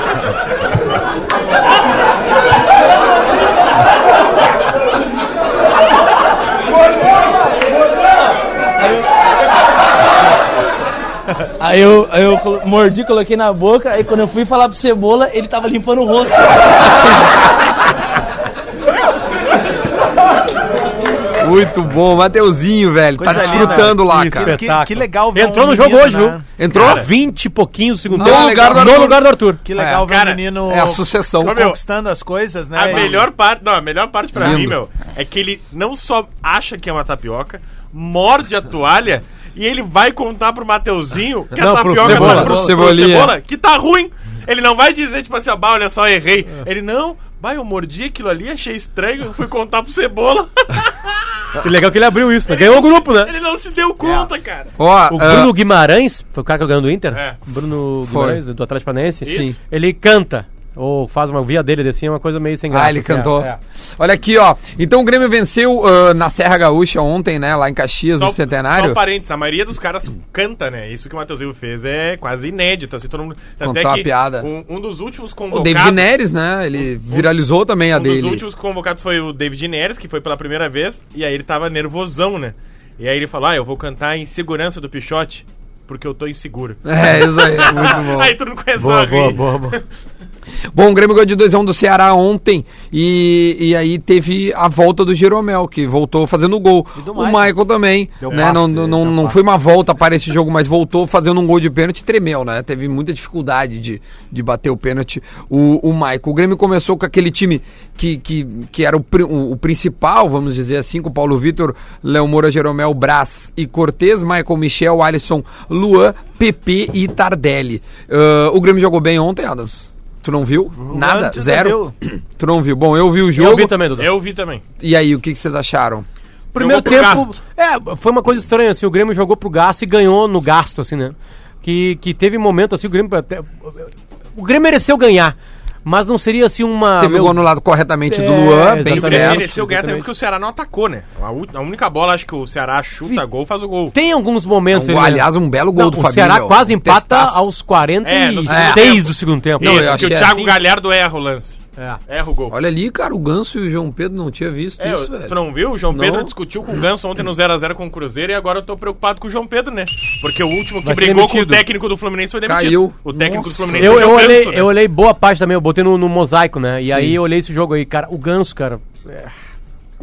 [SPEAKER 11] Aí eu, aí eu colo- mordi, coloquei na boca, aí quando eu fui falar pro Cebola, ele tava limpando o rosto.
[SPEAKER 1] Muito bom, Mateuzinho, velho. tá
[SPEAKER 4] Coisa
[SPEAKER 1] desfrutando
[SPEAKER 4] linda.
[SPEAKER 1] lá,
[SPEAKER 2] Isso,
[SPEAKER 1] cara.
[SPEAKER 2] é.
[SPEAKER 4] Que,
[SPEAKER 2] Espetáculo.
[SPEAKER 4] que legal ver
[SPEAKER 2] Entrou
[SPEAKER 4] um
[SPEAKER 2] no jogo
[SPEAKER 4] menino,
[SPEAKER 2] hoje, viu?
[SPEAKER 4] né?
[SPEAKER 1] Entrou?
[SPEAKER 2] 20 e pouquinho segundo
[SPEAKER 1] Tá No lugar do Arthur.
[SPEAKER 2] lugar do Arthur.
[SPEAKER 4] Que legal ver
[SPEAKER 3] Cara,
[SPEAKER 4] um menino
[SPEAKER 1] É a sucessão.
[SPEAKER 3] Ô, meu,
[SPEAKER 4] conquistando as coisas, né?
[SPEAKER 3] A
[SPEAKER 4] E-
[SPEAKER 3] melhor parte, não, a melhor parte pra
[SPEAKER 1] Lindo.
[SPEAKER 3] mim, meu, é que ele não só acha que é uma tapioca, morde a toalha e ele vai contar pro Mateuzinho que
[SPEAKER 2] Não,
[SPEAKER 3] a
[SPEAKER 2] pro
[SPEAKER 3] tapioca
[SPEAKER 2] Cebola,
[SPEAKER 3] tá pro,
[SPEAKER 1] Cebolinha.
[SPEAKER 3] que tá ruim. Ele não vai dizer tipo assim, ah, bah, olha só, errei.
[SPEAKER 2] É.
[SPEAKER 3] Ele não, vai, eu mordi aquilo ali, achei estranho, eu fui contar pro Cebola.
[SPEAKER 2] Que legal que ele abriu isso, né? Ganhou o grupo, né?
[SPEAKER 3] ele não se deu conta, cara.
[SPEAKER 1] Ó,
[SPEAKER 2] O
[SPEAKER 1] ah,
[SPEAKER 2] Bruno Guimarães, foi o cara que ganhou do Inter?
[SPEAKER 3] É.
[SPEAKER 2] Bruno
[SPEAKER 1] Foi.
[SPEAKER 2] Guimarães, do Atlético Paranaense?
[SPEAKER 3] Sim.
[SPEAKER 2] Ele canta. Ou faz uma via dele descer, é uma coisa meio sem graça.
[SPEAKER 1] Ah, ele
[SPEAKER 2] assim, é.
[SPEAKER 1] cantou.
[SPEAKER 2] É.
[SPEAKER 1] Olha aqui, ó. Então o Grêmio venceu ah, na Serra Gaúcha ontem, né? Lá em Caxias,
[SPEAKER 3] Só-
[SPEAKER 1] no Centenário.
[SPEAKER 3] Só um parênteses, a maioria dos caras canta, né? Isso que o Matheus Silva fez é quase inédito, assim, todo mundo...
[SPEAKER 1] Contar uma piada.
[SPEAKER 3] Um, um dos últimos
[SPEAKER 1] o
[SPEAKER 3] convocados...
[SPEAKER 1] David Neres, né? Ele viralizou também a
[SPEAKER 3] um
[SPEAKER 1] dele.
[SPEAKER 3] dos últimos convocados foi o David Neres, que foi pela primeira vez, e aí ele tava nervosão, né? E aí ele falou, ah, eu vou cantar em segurança do Pichote, porque eu tô inseguro.
[SPEAKER 1] É, isso aí, muito bom.
[SPEAKER 3] aí tu não conhece
[SPEAKER 1] Boa,
[SPEAKER 3] a
[SPEAKER 1] boa,
[SPEAKER 3] rir.
[SPEAKER 1] boa, boa. Bom, o Grêmio ganhou de 2x1 do Ceará ontem e, e aí teve a volta do Jeromel, que voltou fazendo gol. o Michael também,
[SPEAKER 5] Deu
[SPEAKER 1] né?
[SPEAKER 5] passe,
[SPEAKER 1] não não, não, não foi uma volta para esse jogo, mas voltou fazendo um gol de pênalti, tremeu, né? Teve muita dificuldade de, de bater o pênalti o, o Michael. O Grêmio começou com aquele time que, que, que era o, pri- o, o principal, vamos dizer assim, com Paulo Vitor, Léo Moura, Jeromel, Brás e Cortez, Michael Michel, Alisson, Luan, PP e Tardelli. Ah, o Grêmio jogou bem ontem, Adams. Tu não viu? Nada?
[SPEAKER 3] te
[SPEAKER 1] Zero? Tu não viu? Bom, eu vi o jogo.
[SPEAKER 2] vi também, Dudu.
[SPEAKER 3] Eu vi também.
[SPEAKER 1] E aí, o que, que vocês acharam?
[SPEAKER 2] Primeiro
[SPEAKER 3] Jogou pro
[SPEAKER 2] tempo. É, foi uma coisa estranha, assim. O Grêmio jogou pro gasto e ganhou no gasto, assim, né? Que, que teve momento, assim, o Grêmio. até- o Grêmio mereceu ganhar. Mas não seria assim uma.
[SPEAKER 1] Teve o
[SPEAKER 2] meu-
[SPEAKER 1] gol anulado corretamente do
[SPEAKER 2] É,
[SPEAKER 1] Luan, bem
[SPEAKER 2] exatamente.
[SPEAKER 3] O Grêmio
[SPEAKER 1] certo.
[SPEAKER 3] mereceu ganhar também
[SPEAKER 2] exatamente.
[SPEAKER 3] porque o Ceará não atacou, né? A, u- a única bola, acho que o Ceará chuta gol, faz o gol.
[SPEAKER 2] Tem alguns momentos. né?
[SPEAKER 1] É um gol, aliás, um belo gol do
[SPEAKER 2] o
[SPEAKER 1] Fabinho,
[SPEAKER 2] Ceará
[SPEAKER 1] meu. É.
[SPEAKER 2] quase
[SPEAKER 1] Um
[SPEAKER 2] empata
[SPEAKER 1] testaço.
[SPEAKER 2] aos
[SPEAKER 3] É,
[SPEAKER 2] 46
[SPEAKER 1] tempo.
[SPEAKER 2] do segundo tempo.
[SPEAKER 1] Não,
[SPEAKER 3] Isso,
[SPEAKER 1] eu
[SPEAKER 3] que o
[SPEAKER 1] achei
[SPEAKER 3] Thiago
[SPEAKER 1] assim. É.
[SPEAKER 3] Galhardo erra o lance. Erra o gol.
[SPEAKER 1] Olha ali, cara, o Ganso e o João Pedro não tinha visto
[SPEAKER 3] É,
[SPEAKER 1] isso,
[SPEAKER 3] eu-
[SPEAKER 1] velho.
[SPEAKER 3] tu não viu? O João
[SPEAKER 1] Não.
[SPEAKER 3] Pedro discutiu com o Ganso ontem no 0x0 com o Cruzeiro e agora eu tô preocupado com o João Pedro, né? Porque o último que
[SPEAKER 2] Vai ser
[SPEAKER 3] brigou com o
[SPEAKER 2] demitido.
[SPEAKER 3] técnico do Fluminense foi demitido.
[SPEAKER 1] Caiu.
[SPEAKER 3] O técnico do
[SPEAKER 1] Nossa.
[SPEAKER 3] Fluminense
[SPEAKER 2] Eu,
[SPEAKER 3] é o
[SPEAKER 2] eu,
[SPEAKER 3] João
[SPEAKER 2] olhei,
[SPEAKER 3] Ganso, né?
[SPEAKER 2] eu olhei boa parte também, eu botei no, no mosaico, né? E aí eu olhei esse jogo aí, cara. O Ganso, cara.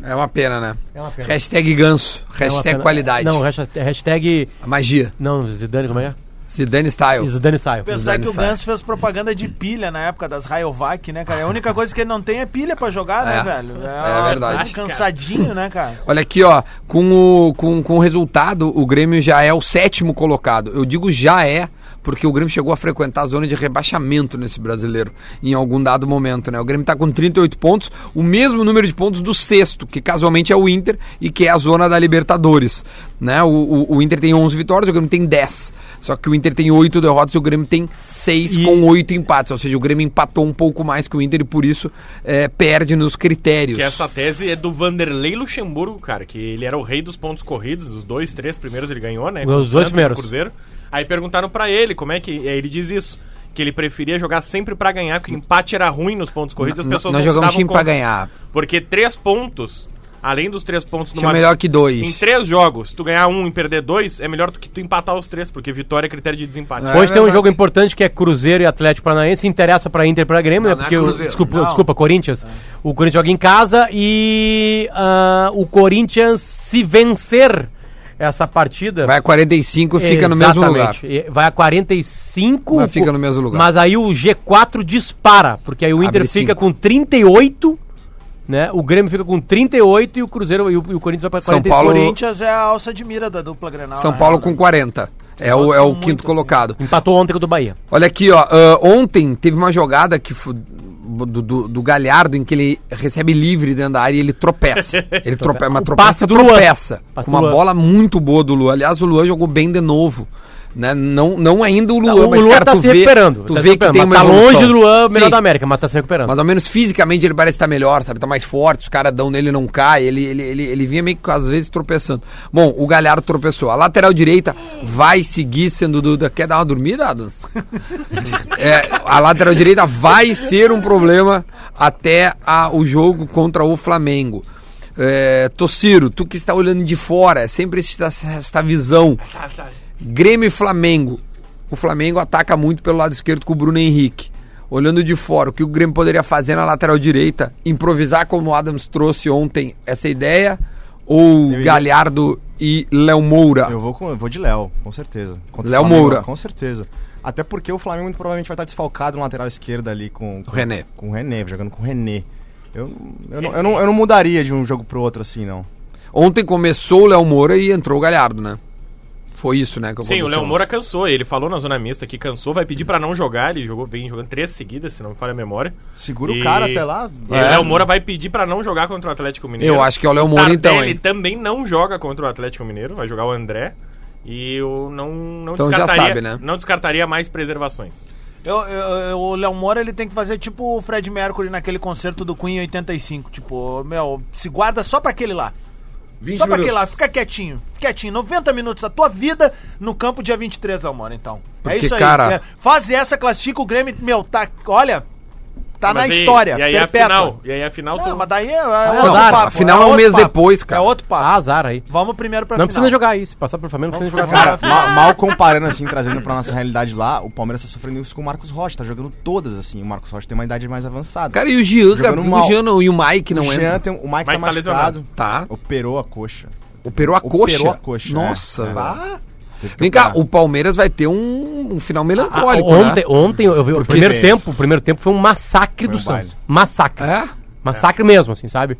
[SPEAKER 1] É uma pena, né?
[SPEAKER 2] É uma pena.
[SPEAKER 1] Hashtag Ganso,
[SPEAKER 2] É uma
[SPEAKER 1] hashtag
[SPEAKER 2] pena.
[SPEAKER 1] qualidade.
[SPEAKER 2] Não, hashtag. hashtag
[SPEAKER 1] A magia.
[SPEAKER 2] não, Zidane, como é?
[SPEAKER 1] Zidane Style.
[SPEAKER 2] Zidane Style.
[SPEAKER 4] Pensar
[SPEAKER 1] Zidane
[SPEAKER 4] que o
[SPEAKER 1] sai.
[SPEAKER 4] Ganso fez propaganda de pilha na época das Rayovac, né, cara? A única coisa que ele não tem é pilha pra jogar,
[SPEAKER 1] É.
[SPEAKER 4] né, velho?
[SPEAKER 1] É
[SPEAKER 4] um
[SPEAKER 1] verdade.
[SPEAKER 4] Cansadinho, né, cara?
[SPEAKER 1] Olha aqui, ó, com o, com, com o resultado, o Grêmio já é o sétimo colocado. Eu digo já é, porque o Grêmio chegou a frequentar a zona de rebaixamento nesse brasileiro, em algum dado momento, né? O Grêmio tá com 38 pontos, o mesmo número de pontos do sexto, que casualmente é o Inter e que é a zona da Libertadores, né? O, o, o Inter tem 11 vitórias, o Grêmio tem 10. Só que o Inter tem 8 derrotas e o Grêmio tem 6
[SPEAKER 2] E-
[SPEAKER 1] com 8 empates. Ou seja, o Grêmio empatou um pouco mais que o Inter e por isso eh, perde nos critérios.
[SPEAKER 3] Que essa tese é do Vanderlei Luxemburgo, cara, que ele era o rei dos pontos corridos, os dois, três primeiros ele ganhou, né?
[SPEAKER 2] Os
[SPEAKER 3] com o
[SPEAKER 2] dois
[SPEAKER 3] Santos e com o
[SPEAKER 2] primeiros.
[SPEAKER 3] Cruzeiro. Aí perguntaram pra ele como é que. e aí ele diz isso. Que ele preferia jogar sempre pra ganhar, porque empate era ruim nos pontos corridos, as
[SPEAKER 1] N-
[SPEAKER 3] pessoas
[SPEAKER 1] nós
[SPEAKER 3] não se
[SPEAKER 1] jogamos
[SPEAKER 3] davam
[SPEAKER 1] time pra
[SPEAKER 3] conta.
[SPEAKER 1] ganhar.
[SPEAKER 3] Porque três pontos, além dos três pontos
[SPEAKER 1] Que é melhor que dois.
[SPEAKER 3] Em três jogos, se tu ganhar um e perder dois, é melhor do que tu empatar os três, porque vitória é critério de desempate.
[SPEAKER 1] É.
[SPEAKER 2] Hoje tem um
[SPEAKER 1] verdade.
[SPEAKER 2] jogo importante que é Cruzeiro e Atlético Paranaense, interessa pra Inter e pra Grêmio, né?
[SPEAKER 7] não é
[SPEAKER 2] Porque o-
[SPEAKER 7] Cruzeiro,
[SPEAKER 2] desculpa,
[SPEAKER 4] não.
[SPEAKER 2] desculpa,
[SPEAKER 1] É.
[SPEAKER 2] Corinthians. O Corinthians joga em casa e ah, o Corinthians se vencer essa partida
[SPEAKER 1] Vai a 45 e fica no mesmo lugar.
[SPEAKER 2] Exatamente. E Vai a 45,
[SPEAKER 1] Mas fica no mesmo lugar.
[SPEAKER 2] Mas aí o G4 dispara, porque aí o
[SPEAKER 1] Abre
[SPEAKER 2] Inter fica
[SPEAKER 1] cinco.
[SPEAKER 2] com 38, né? O Grêmio fica com 38 e o Cruzeiro e o, e o Corinthians vai pra
[SPEAKER 1] São
[SPEAKER 2] 45.
[SPEAKER 1] Paulo-
[SPEAKER 4] Corinthians é a alça de mira da dupla Grenal.
[SPEAKER 1] São
[SPEAKER 4] né,
[SPEAKER 2] um
[SPEAKER 1] Paulo
[SPEAKER 4] cara?
[SPEAKER 1] com 40. É o, é o
[SPEAKER 4] Muito,
[SPEAKER 1] quinto
[SPEAKER 4] assim.
[SPEAKER 1] colocado.
[SPEAKER 2] Empatou ontem com o do Bahia.
[SPEAKER 1] Olha aqui, ó. ah, ontem teve uma jogada que fu- do, do, do Galhardo em que ele recebe livre dentro da área e ele tropeça. Ele tropeça, uma
[SPEAKER 2] O
[SPEAKER 1] tropeça,
[SPEAKER 2] passe do Luan.
[SPEAKER 1] tropeça.
[SPEAKER 2] Passe do
[SPEAKER 1] Uma
[SPEAKER 2] Luan.
[SPEAKER 1] bola muito boa do Luan. Aliás, o Luan jogou bem de novo. Né? Não, não ainda o Luan,
[SPEAKER 2] o Luan tá
[SPEAKER 1] tu
[SPEAKER 2] se
[SPEAKER 1] vê-
[SPEAKER 2] recuperando.
[SPEAKER 1] Tu
[SPEAKER 2] tá se
[SPEAKER 1] vê que
[SPEAKER 2] recuperando,
[SPEAKER 1] tem uma
[SPEAKER 2] mas tá longe
[SPEAKER 1] evolução.
[SPEAKER 2] do Luan, melhor
[SPEAKER 1] Sim.
[SPEAKER 2] da América, mas tá se recuperando.
[SPEAKER 1] Mais ou menos fisicamente ele parece estar melhor, sabe? Tá mais forte, os caras dão nele e não cai. Ele, ele, ele, ele vinha meio que às vezes tropeçando. Bom, o Galhardo tropeçou. A lateral direita vai seguir sendo Duda. Quer dar uma dormida, Adams? É, a lateral direita vai ser um problema até a- o jogo contra o Flamengo. É, Tociro, tu que está olhando de fora, é sempre esta, esta visão. Grêmio e Flamengo. O Flamengo ataca muito pelo lado esquerdo com o Bruno Henrique. Olhando de fora, o que o Grêmio poderia fazer na lateral direita? Improvisar como o Adams trouxe ontem essa ideia? Ou
[SPEAKER 9] iria-
[SPEAKER 1] Galhardo e Léo Moura?
[SPEAKER 9] Eu vou, com, eu vou de Léo, com certeza. Contra o
[SPEAKER 1] Ah. Léo
[SPEAKER 9] Flamengo,
[SPEAKER 1] Moura.
[SPEAKER 9] Com certeza. Até porque o Flamengo muito provavelmente vai estar desfalcado no lateral esquerdo ali com, com
[SPEAKER 1] René.
[SPEAKER 9] Com o René, jogando com o René. Eu, eu,
[SPEAKER 3] É.
[SPEAKER 9] não, eu, não, eu não mudaria de um jogo pro outro assim, não.
[SPEAKER 1] Ontem começou o Léo Moura e entrou o Galhardo, né? Foi isso, né? Que
[SPEAKER 3] Sim,
[SPEAKER 1] aconteceu.
[SPEAKER 3] o Léo Moura cansou. Ele falou na zona mista que cansou, vai pedir pra não jogar. Ele jogou, vem jogando três seguidas, se não me falha a memória.
[SPEAKER 9] Segura
[SPEAKER 3] E-
[SPEAKER 9] o cara até lá.
[SPEAKER 3] E o Léo Moura vai pedir pra não jogar contra o Atlético Mineiro.
[SPEAKER 1] É. Eu acho que é o Léo Moura, então,
[SPEAKER 3] Tardelli
[SPEAKER 1] hein?
[SPEAKER 3] também não joga contra o Atlético Mineiro, vai jogar o André. E eu não, não
[SPEAKER 1] Então já sabe, né?
[SPEAKER 3] Não descartaria mais preservações.
[SPEAKER 4] Eu, eu- eu- o Léo Moura ele tem que fazer tipo o Fred Mercury naquele concerto do Queen em 85. Tipo, meu, se guarda só pra aquele lá.
[SPEAKER 1] 20
[SPEAKER 4] só pra aquele
[SPEAKER 1] minutos.
[SPEAKER 4] lá, fica quietinho, quietinho. 90 minutos da tua vida no campo dia 23, Léo Moura, então. é
[SPEAKER 1] Porque,
[SPEAKER 4] isso aí.
[SPEAKER 1] cara-
[SPEAKER 4] é, faz essa, classifica o Grêmio. Meu, tá. Olha, tá
[SPEAKER 3] Ah,
[SPEAKER 4] na
[SPEAKER 3] mas e aí?
[SPEAKER 4] história.
[SPEAKER 3] E aí é a
[SPEAKER 4] perpétua.
[SPEAKER 3] final. Então- E aí a final
[SPEAKER 4] Não,
[SPEAKER 3] tu...
[SPEAKER 4] mas daí é, é
[SPEAKER 2] Não,
[SPEAKER 4] outro
[SPEAKER 2] azar,
[SPEAKER 4] papo.
[SPEAKER 1] afinal é um
[SPEAKER 4] outro
[SPEAKER 1] mês
[SPEAKER 4] papo.
[SPEAKER 1] depois, cara.
[SPEAKER 4] É outro papo.
[SPEAKER 2] Ah, azar aí.
[SPEAKER 4] Vamos primeiro pra
[SPEAKER 2] não
[SPEAKER 4] final.
[SPEAKER 2] precisa jogar isso. Passar pro Flamengo não precisa jogar
[SPEAKER 9] Cara,
[SPEAKER 2] final.
[SPEAKER 9] ma- mal comparando, assim, trazendo pra nossa realidade lá, o Palmeiras tá sofrendo isso com o Marcos Rocha, tá jogando todas, assim. O Marcos Rocha tem uma idade mais avançada.
[SPEAKER 1] Cara, e o Jean, cara,
[SPEAKER 9] Jogando
[SPEAKER 1] por que
[SPEAKER 9] mal.
[SPEAKER 1] o Jean não- e o Mike não
[SPEAKER 9] o Jean
[SPEAKER 1] entra.
[SPEAKER 9] tem- o Mike,
[SPEAKER 3] Mike tá
[SPEAKER 9] tá machucado.
[SPEAKER 1] Tá.
[SPEAKER 9] Operou a coxa.
[SPEAKER 1] Operou a coxa.
[SPEAKER 9] Operou a coxa.
[SPEAKER 1] Nossa,
[SPEAKER 9] é,
[SPEAKER 1] vá.
[SPEAKER 9] é. Teve que
[SPEAKER 1] Vem cá,
[SPEAKER 9] operar.
[SPEAKER 1] o Palmeiras vai ter um, um final
[SPEAKER 2] Ah,
[SPEAKER 1] melancólico.
[SPEAKER 2] ontem,
[SPEAKER 1] né?
[SPEAKER 2] ontem eu vi o
[SPEAKER 1] Porque
[SPEAKER 2] primeiro
[SPEAKER 1] fez.
[SPEAKER 2] tempo, o primeiro tempo foi um
[SPEAKER 9] Foi
[SPEAKER 2] massacre do
[SPEAKER 9] um
[SPEAKER 2] Santos.
[SPEAKER 9] baile.
[SPEAKER 2] Massacre.
[SPEAKER 1] É?
[SPEAKER 2] Massacre mesmo, assim, sabe?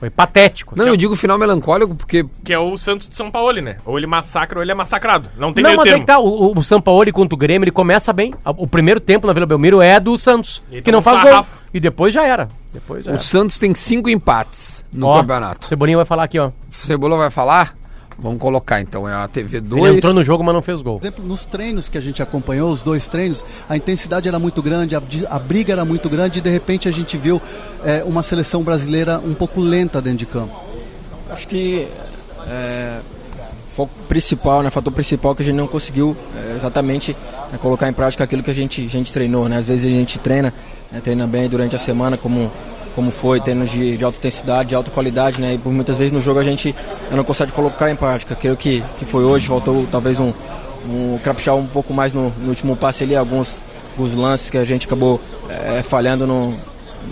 [SPEAKER 2] Foi patético. assim.
[SPEAKER 1] Não, eu digo final melancólico porque
[SPEAKER 3] Que é o Santos de São Paulo, né? Ou ele massacra ou ele é massacrado. Não tem
[SPEAKER 2] não,
[SPEAKER 3] meio
[SPEAKER 2] mas é
[SPEAKER 3] termo.
[SPEAKER 2] que tá, o, o- o Sampaoli contra o Grêmio, ele começa bem. A- O primeiro tempo na Vila Belmiro é do Santos,
[SPEAKER 3] E
[SPEAKER 2] que não
[SPEAKER 3] toma um
[SPEAKER 2] faz gol.
[SPEAKER 3] sarrafo.
[SPEAKER 2] E depois já era. Depois já
[SPEAKER 1] o
[SPEAKER 2] era.
[SPEAKER 1] Santos tem cinco empates no
[SPEAKER 2] É. Ó,
[SPEAKER 1] campeonato.
[SPEAKER 2] o Cebolinha vai falar aqui, ó.
[SPEAKER 1] Cebola vai falar? Vamos colocar então, é a TV2.
[SPEAKER 2] Ele entrou no jogo, mas não fez gol.
[SPEAKER 12] Por exemplo, nos treinos que a gente acompanhou, os dois treinos, a intensidade era muito grande, a, di- a briga era muito grande e de repente a gente viu eh, uma seleção brasileira um pouco lenta dentro de campo.
[SPEAKER 13] Acho que é, foco principal, né, fator principal que a gente não conseguiu é, exatamente né, colocar em prática aquilo que a gente, a gente treinou. Né? Às vezes a gente treina, né, treina bem durante a semana, como, como foi, treinos de, de alta intensidade, de alta qualidade, né? e por muitas vezes no jogo a gente né, não consegue colocar em prática. Creio que, que foi hoje, faltou talvez um, um crapuchar um pouco mais no, no último passe ali, alguns, alguns lances que a gente acabou é, falhando no,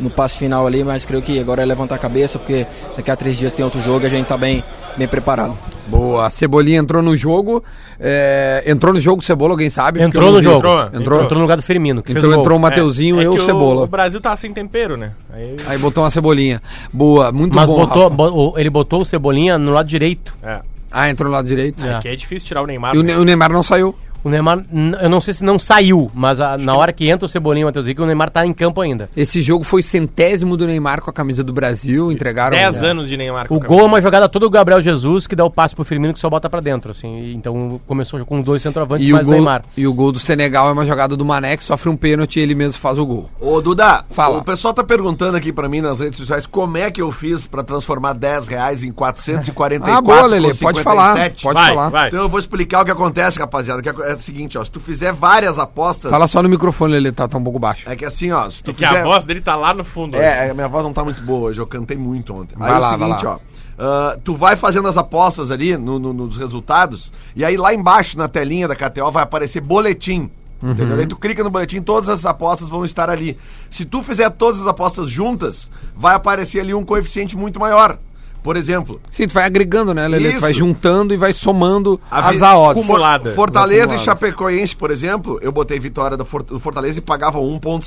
[SPEAKER 13] no passo final ali, mas creio que agora é levantar a cabeça, porque daqui a três dias tem outro jogo e a gente está bem, bem preparado.
[SPEAKER 1] Boa, a Cebolinha entrou no jogo. é, Entrou no jogo Cebola, alguém sabe?
[SPEAKER 2] Entrou
[SPEAKER 1] Porque eu não
[SPEAKER 2] no jogo.
[SPEAKER 1] vi. Entrou,
[SPEAKER 2] Entrou. Entrou no lugar do Firmino, que fez
[SPEAKER 1] então
[SPEAKER 2] o gol.
[SPEAKER 1] entrou o Mateuzinho,
[SPEAKER 3] É
[SPEAKER 1] eu,
[SPEAKER 3] que o-
[SPEAKER 1] Cebola.
[SPEAKER 3] O Brasil tá sem tempero, né? Aí...
[SPEAKER 1] Aí botou uma Cebolinha. Boa, muito
[SPEAKER 2] Mas
[SPEAKER 1] bom,
[SPEAKER 2] botou,
[SPEAKER 1] Rafa.
[SPEAKER 2] bo- o- ele botou o Cebolinha no lado direito.
[SPEAKER 3] É.
[SPEAKER 1] Ah, entrou no lado direito.
[SPEAKER 3] Aqui é difícil tirar o Neymar.
[SPEAKER 1] E o,
[SPEAKER 3] né?
[SPEAKER 1] Ne- o Neymar não saiu.
[SPEAKER 2] O Neymar, n- eu não sei se não saiu, mas a- na hora que entra o Cebolinha e o Mateuzinho, o Neymar tá em campo ainda.
[SPEAKER 1] Esse jogo foi centésimo do Neymar com a camisa do Brasil. Entregaram.
[SPEAKER 3] 10 anos de Neymar.
[SPEAKER 2] O gol é uma jogada toda do Gabriel Jesus que dá o passe pro Firmino que só bota pra dentro, assim. E Então começou com dois centroavantes
[SPEAKER 1] E o,
[SPEAKER 2] mais
[SPEAKER 1] gol,
[SPEAKER 2] Neymar.
[SPEAKER 1] e o gol do Senegal é uma jogada do Mané que sofre um pênalti e ele mesmo faz o gol.
[SPEAKER 7] Ô, Duda,
[SPEAKER 1] Fala.
[SPEAKER 7] o pessoal tá perguntando aqui pra mim nas redes sociais como é que eu fiz pra transformar 10 reais em 444
[SPEAKER 1] Ah, boa, Lelê, pode falar, pode Vai, falar. vai.
[SPEAKER 7] Então eu vou explicar o que acontece, rapaziada. Que é o seguinte, ó, se tu fizer várias apostas...
[SPEAKER 1] Fala só no microfone, ele tá, tá um pouco baixo.
[SPEAKER 7] É que assim, ó, se tu
[SPEAKER 3] É que
[SPEAKER 7] fizer...
[SPEAKER 3] a voz dele tá lá no fundo.
[SPEAKER 7] É, a minha voz não tá muito boa hoje, eu cantei muito ontem.
[SPEAKER 1] Vai
[SPEAKER 7] aí
[SPEAKER 1] lá,
[SPEAKER 7] é o
[SPEAKER 1] vai
[SPEAKER 7] seguinte, ó.
[SPEAKER 1] lá.
[SPEAKER 7] ah, tu vai fazendo as apostas ali no- no- nos resultados, e aí lá embaixo na telinha da KTO vai aparecer boletim.
[SPEAKER 1] Uhum.
[SPEAKER 7] Entendeu? Aí tu clica no boletim, todas as apostas vão estar ali. Se tu fizer todas as apostas juntas, vai aparecer ali um coeficiente muito maior. Por exemplo,
[SPEAKER 1] Sim, tu vai agregando, né, Lelê? Tu
[SPEAKER 7] Isso.
[SPEAKER 1] vai juntando e vai somando
[SPEAKER 7] a
[SPEAKER 1] as
[SPEAKER 7] vi-
[SPEAKER 1] a odds.
[SPEAKER 7] Acumulada. Fortaleza e
[SPEAKER 1] Acumuladas.
[SPEAKER 7] Chapecoense, por exemplo, eu botei vitória do Fort- do Fortaleza e pagava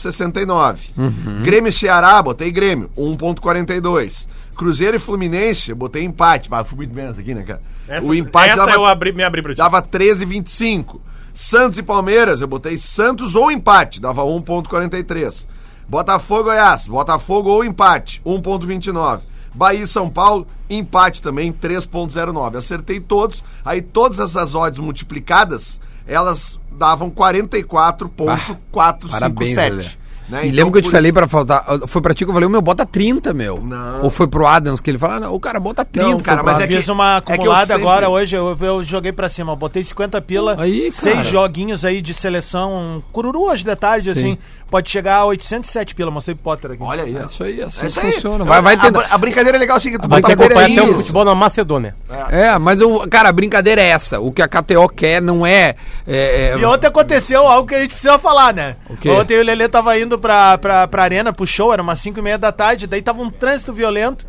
[SPEAKER 7] 1,69. Grêmio e Ceará, botei Grêmio, 1,42. Cruzeiro e Fluminense, eu botei empate. Mas fui muito menos aqui, né, cara?
[SPEAKER 3] Essa,
[SPEAKER 7] é o empate
[SPEAKER 3] essa
[SPEAKER 7] dava,
[SPEAKER 3] eu abri, me abri pro time.
[SPEAKER 7] dava 13,25. Santos e Palmeiras, eu botei Santos ou empate, dava 1,43. Botafogo e Goiás, Botafogo ou empate, 1,29. Bahia e São Paulo, empate também, 3,09. Acertei todos, aí todas essas odds multiplicadas, elas davam
[SPEAKER 1] Parabéns, Lelê.
[SPEAKER 7] 44,457. né?
[SPEAKER 1] e
[SPEAKER 7] Então,
[SPEAKER 1] lembra que eu te
[SPEAKER 7] por
[SPEAKER 1] falei
[SPEAKER 7] isso-
[SPEAKER 1] pra faltar. Foi pra ti que eu falei, meu, bota 30, meu.
[SPEAKER 7] Não.
[SPEAKER 1] Ou foi pro Adams que ele fala, ah, não, o cara bota 30.
[SPEAKER 7] Não, cara,
[SPEAKER 1] foi pro
[SPEAKER 7] mas
[SPEAKER 1] Adams.
[SPEAKER 7] é que-
[SPEAKER 4] Fiz uma
[SPEAKER 7] é que eu
[SPEAKER 4] acumulada
[SPEAKER 7] sempre-
[SPEAKER 4] agora hoje, eu, eu joguei pra cima, eu botei 50
[SPEAKER 7] é
[SPEAKER 4] pila,
[SPEAKER 1] Aí, cara.
[SPEAKER 4] seis joguinhos aí de seleção, um cururu hoje de tarde,
[SPEAKER 1] Sim.
[SPEAKER 4] assim, pode chegar a 807 pila, mostrei pro Potter aqui.
[SPEAKER 7] Olha aí, ó.
[SPEAKER 1] É Isso aí, assim
[SPEAKER 7] É isso
[SPEAKER 1] que
[SPEAKER 7] aí.
[SPEAKER 1] funciona. Vai, vai
[SPEAKER 7] a,
[SPEAKER 1] tendo-
[SPEAKER 7] br- a brincadeira é legal, assim, que tu
[SPEAKER 2] Vai
[SPEAKER 7] bota a
[SPEAKER 2] ter acompanhar até
[SPEAKER 7] bandeirinha.
[SPEAKER 2] É o futebol na Macedônia.
[SPEAKER 1] É, mas eu, cara, a brincadeira é essa. O que a KTO quer não é. é, é-
[SPEAKER 4] E ontem aconteceu algo que a gente precisa falar, né?
[SPEAKER 1] quê?
[SPEAKER 4] Ontem o Lelê tava indo pra, pra, pra arena, pro show, era umas 5 e meia da tarde, daí tava um trânsito violento.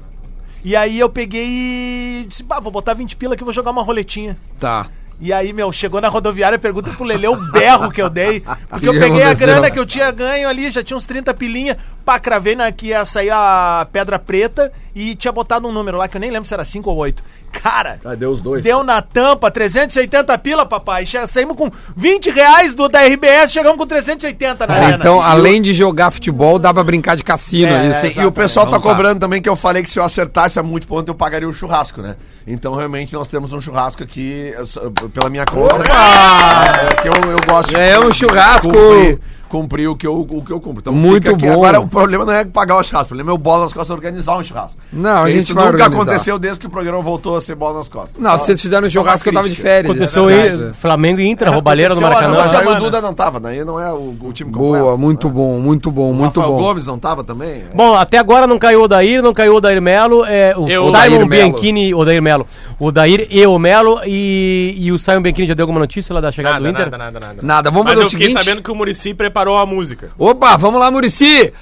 [SPEAKER 4] E aí eu peguei e disse, bah, vou botar 20 pila que eu vou jogar uma roletinha.
[SPEAKER 1] Tá.
[SPEAKER 4] E aí, meu, chegou na rodoviária, pergunta pro Lelê o berro que eu dei. Porque
[SPEAKER 1] Que
[SPEAKER 4] eu peguei a
[SPEAKER 1] aconteceu?
[SPEAKER 4] grana que eu tinha ganho ali, já tinha uns 30 pilinha, pá, cravei na que ia sair a pedra preta e tinha botado um número lá que eu nem lembro se era 5 ou 8. Cara,
[SPEAKER 7] Ah, deu os dois.
[SPEAKER 4] deu na tampa 380 pila, papai. Já saímos com 20 reais do, da RBS, chegamos com
[SPEAKER 7] É,
[SPEAKER 4] 380 na
[SPEAKER 7] né?
[SPEAKER 1] Cara,
[SPEAKER 4] arena.
[SPEAKER 1] então,
[SPEAKER 4] E
[SPEAKER 1] além de jogar futebol, dá pra brincar de cassino.
[SPEAKER 4] É,
[SPEAKER 1] isso.
[SPEAKER 4] é,
[SPEAKER 7] E o pessoal tá
[SPEAKER 1] Então
[SPEAKER 7] cobrando também que eu falei que se eu acertasse a multiponto eu pagaria o churrasco, né? Então realmente nós temos um churrasco
[SPEAKER 1] Ah,
[SPEAKER 7] aqui eh, só- pela minha conta. É, que eu, eu gosto
[SPEAKER 1] Ganhamos um churrasco!
[SPEAKER 7] cumprir cumprir o que eu, o que eu cumpro. Então,
[SPEAKER 1] Muito bom.
[SPEAKER 7] Agora, o problema não é pagar o churrasco, o problema é o bola nas costas organizar um churrasco.
[SPEAKER 1] Não, a
[SPEAKER 7] Porque
[SPEAKER 1] gente
[SPEAKER 7] isso
[SPEAKER 1] vai
[SPEAKER 7] nunca
[SPEAKER 1] organizar.
[SPEAKER 7] aconteceu desde que o programa voltou a ser bola nas costas.
[SPEAKER 1] Não, vocês fizeram um churrasco, eu tava de férias.
[SPEAKER 2] Aconteceu
[SPEAKER 1] É
[SPEAKER 2] aí,
[SPEAKER 1] verdade.
[SPEAKER 2] Flamengo e Inter, a roubalheira no
[SPEAKER 7] Aconteceu,
[SPEAKER 2] Maracanã.
[SPEAKER 7] Mas aí o Duda não tava, daí não é o, o time completo.
[SPEAKER 1] Boa, muito bom, muito bom, muito
[SPEAKER 7] Rafael
[SPEAKER 1] bom.
[SPEAKER 7] Gomes não tava também? É.
[SPEAKER 2] Bom, até agora não caiu o Odair, não caiu o Odair Melo, é, o
[SPEAKER 7] Eu-
[SPEAKER 2] Simon
[SPEAKER 7] Odair Melo.
[SPEAKER 2] Bianchini, Odair Melo, o Odair e o Melo, e, e o Simon Bianchini já deu alguma notícia lá da chegada
[SPEAKER 3] Nada,
[SPEAKER 2] do Inter?
[SPEAKER 3] nada, nada, nada.
[SPEAKER 1] Nada,
[SPEAKER 3] Mas eu fiquei sabendo que o Murici preparou a música.
[SPEAKER 1] Opa, vamos lá, Murici!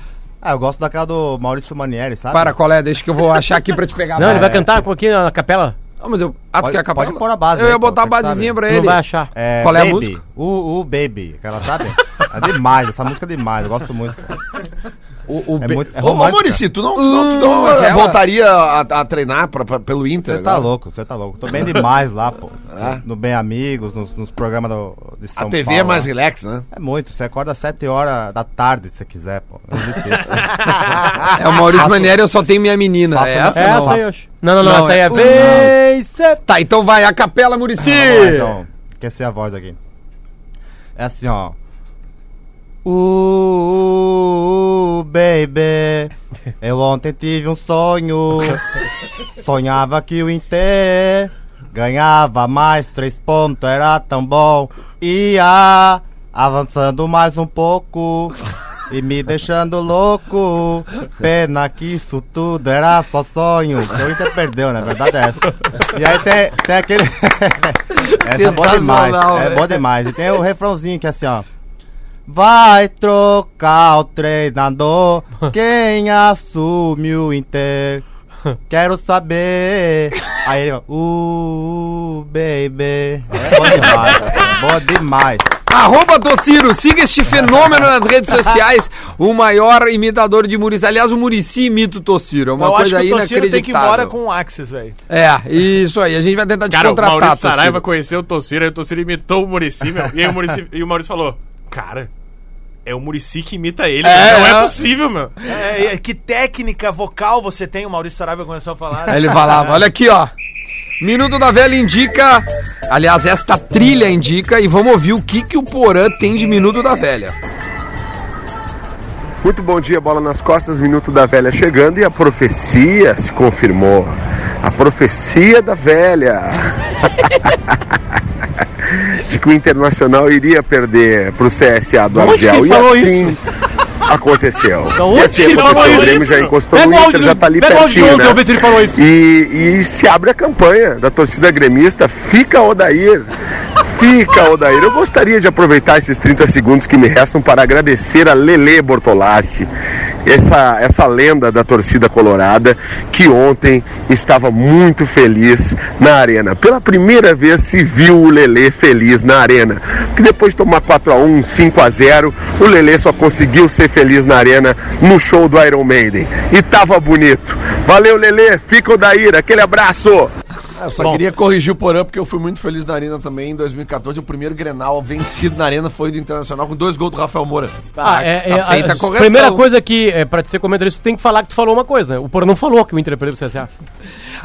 [SPEAKER 5] Ah, eu gosto daquela do Maurício Manieri, sabe?
[SPEAKER 1] Para, qual é? Deixa que eu vou achar aqui pra te pegar.
[SPEAKER 2] Não, ele vai
[SPEAKER 1] É.
[SPEAKER 2] cantar com- aqui na capela?
[SPEAKER 1] Não, mas eu... Ah, tu
[SPEAKER 5] Pode-
[SPEAKER 1] quer acabar?
[SPEAKER 5] pode pôr a base
[SPEAKER 1] Eu
[SPEAKER 5] aí,
[SPEAKER 1] ia
[SPEAKER 5] pô,
[SPEAKER 1] botar a
[SPEAKER 5] você que
[SPEAKER 1] basezinha
[SPEAKER 5] sabe.
[SPEAKER 1] pra
[SPEAKER 5] Tu
[SPEAKER 1] ele.
[SPEAKER 5] não vai
[SPEAKER 2] achar.
[SPEAKER 5] É,
[SPEAKER 1] Qual é a
[SPEAKER 5] Baby,
[SPEAKER 1] música?
[SPEAKER 5] O, o Baby, aquela sabe? É demais, essa música é demais, eu gosto muito. cara.
[SPEAKER 1] O,
[SPEAKER 5] é muito, é Hum,
[SPEAKER 7] Ô, ô
[SPEAKER 5] romântica.
[SPEAKER 7] Murici, tu não, tu não- tu não
[SPEAKER 1] é
[SPEAKER 5] aquela-
[SPEAKER 7] Então, voltaria a, a treinar pra, pra- pelo Inter?
[SPEAKER 5] Você tá
[SPEAKER 7] agora?
[SPEAKER 5] louco, você tá louco. Tô bem demais lá, pô.
[SPEAKER 7] Ah.
[SPEAKER 5] No Bem Amigos, nos, nos programas do, de São
[SPEAKER 7] A TV é
[SPEAKER 5] Paulo,
[SPEAKER 7] mais
[SPEAKER 5] lá.
[SPEAKER 7] relax, né?
[SPEAKER 5] É muito, você acorda às 7 horas da tarde, se você quiser, pô. Eu não esqueço.
[SPEAKER 1] É o Maurício
[SPEAKER 5] Faço-
[SPEAKER 1] Manieri, eu só tenho minha menina.
[SPEAKER 5] Faço
[SPEAKER 1] É
[SPEAKER 5] uma-
[SPEAKER 1] essa,
[SPEAKER 5] é
[SPEAKER 1] não?
[SPEAKER 5] essa aí, eu acho.
[SPEAKER 2] Não, não, não, essa aí é Vencer.
[SPEAKER 1] Tá, então vai, a capela, Murici!
[SPEAKER 5] Vamos lá, então. Esqueci a voz aqui. É assim, ó. Uh, baby, eu ontem tive um sonho. Sonhava que o Inter ganhava mais três pontos, era tão bom. Ia avançando mais um pouco e me deixando louco. Pena que isso tudo era só sonho. que O Inter perdeu, na verdade é essa. E aí tem, tem aquele. essa é boa demais.
[SPEAKER 7] Sensacional,
[SPEAKER 5] É
[SPEAKER 7] velho.
[SPEAKER 5] boa demais. E tem o refrãozinho que é assim, ó. Vai trocar o treinador. Quem assume o Inter? Quero saber. Aí ele, uh, baby. É bom demais, cara. Boa demais.
[SPEAKER 1] Arroba Tociro, siga este fenômeno nas redes sociais, o maior imitador de Murici. Aliás, o Murici imita o Tociro, é uma
[SPEAKER 4] eu acho
[SPEAKER 1] coisa
[SPEAKER 4] que o Tociro
[SPEAKER 1] inacreditável.
[SPEAKER 4] tem que ir embora com o Axis, velho.
[SPEAKER 1] É, isso aí, a gente vai tentar te
[SPEAKER 3] Cara, o
[SPEAKER 1] contratar,
[SPEAKER 3] Maurício
[SPEAKER 1] Tociro.
[SPEAKER 3] Saraiva conheceu o Tociro, aí o Tociro imitou o Murici, meu. E aí o Murici, e o Maurício falou: Cara, é o Murici que imita ele.
[SPEAKER 1] É,
[SPEAKER 3] não é,
[SPEAKER 1] é.
[SPEAKER 3] possível, meu.
[SPEAKER 4] É, é, que técnica vocal você tem, o Maurício Saraiva começou a falar.
[SPEAKER 1] Aí ele falava, olha aqui, ó. Minuto da Velha indica, aliás, esta trilha indica, e vamos ouvir o que, que o Porã tem de Minuto da Velha.
[SPEAKER 14] Muito bom dia, bola nas costas, minuto da velha chegando e a profecia se confirmou. A profecia da velha. De que o Internacional iria perder pro CSA do
[SPEAKER 6] Da onde que
[SPEAKER 14] Argel
[SPEAKER 6] ele
[SPEAKER 14] e
[SPEAKER 6] falou
[SPEAKER 14] assim aconteceu.
[SPEAKER 6] Da onde
[SPEAKER 14] E assim
[SPEAKER 6] que ele
[SPEAKER 14] aconteceu,
[SPEAKER 6] falou
[SPEAKER 14] o Grêmio
[SPEAKER 6] isso,
[SPEAKER 14] já
[SPEAKER 6] meu?
[SPEAKER 14] encostou
[SPEAKER 6] Pega o
[SPEAKER 14] no Inter,
[SPEAKER 6] áudio
[SPEAKER 14] já
[SPEAKER 6] do-
[SPEAKER 14] tá ali
[SPEAKER 6] pega o áudio
[SPEAKER 14] pertinho,
[SPEAKER 6] ontem,
[SPEAKER 14] né?
[SPEAKER 6] eu ver se ele falou isso.
[SPEAKER 14] E, e se abre a campanha da torcida gremista, fica Odair. Fica, Odair. Eu gostaria de aproveitar esses 30 segundos que me restam para agradecer a Lele Bortolassi, essa, essa lenda da torcida colorada, que ontem estava muito feliz na arena. Pela primeira vez se viu o Lele feliz na arena. Que depois de tomar 4x1, 5x0, o Lele só conseguiu ser feliz na arena no show do Iron Maiden. E tava bonito. Valeu, Lele. Fica o Daíra. Aquele abraço.
[SPEAKER 7] Ah, eu só queria corrigir o Porã, porque eu fui muito feliz na Arena também em 2014. O primeiro Grenal vencido na Arena foi do Internacional com dois gols do Rafael Moura.
[SPEAKER 2] Ah, é, é,
[SPEAKER 7] tá feita a
[SPEAKER 2] a
[SPEAKER 7] correção.
[SPEAKER 2] primeira coisa que, é, pra ser comentarista, tu tem que falar que tu falou uma coisa, né? O Porã não falou que o Inter perdeu pro CSA.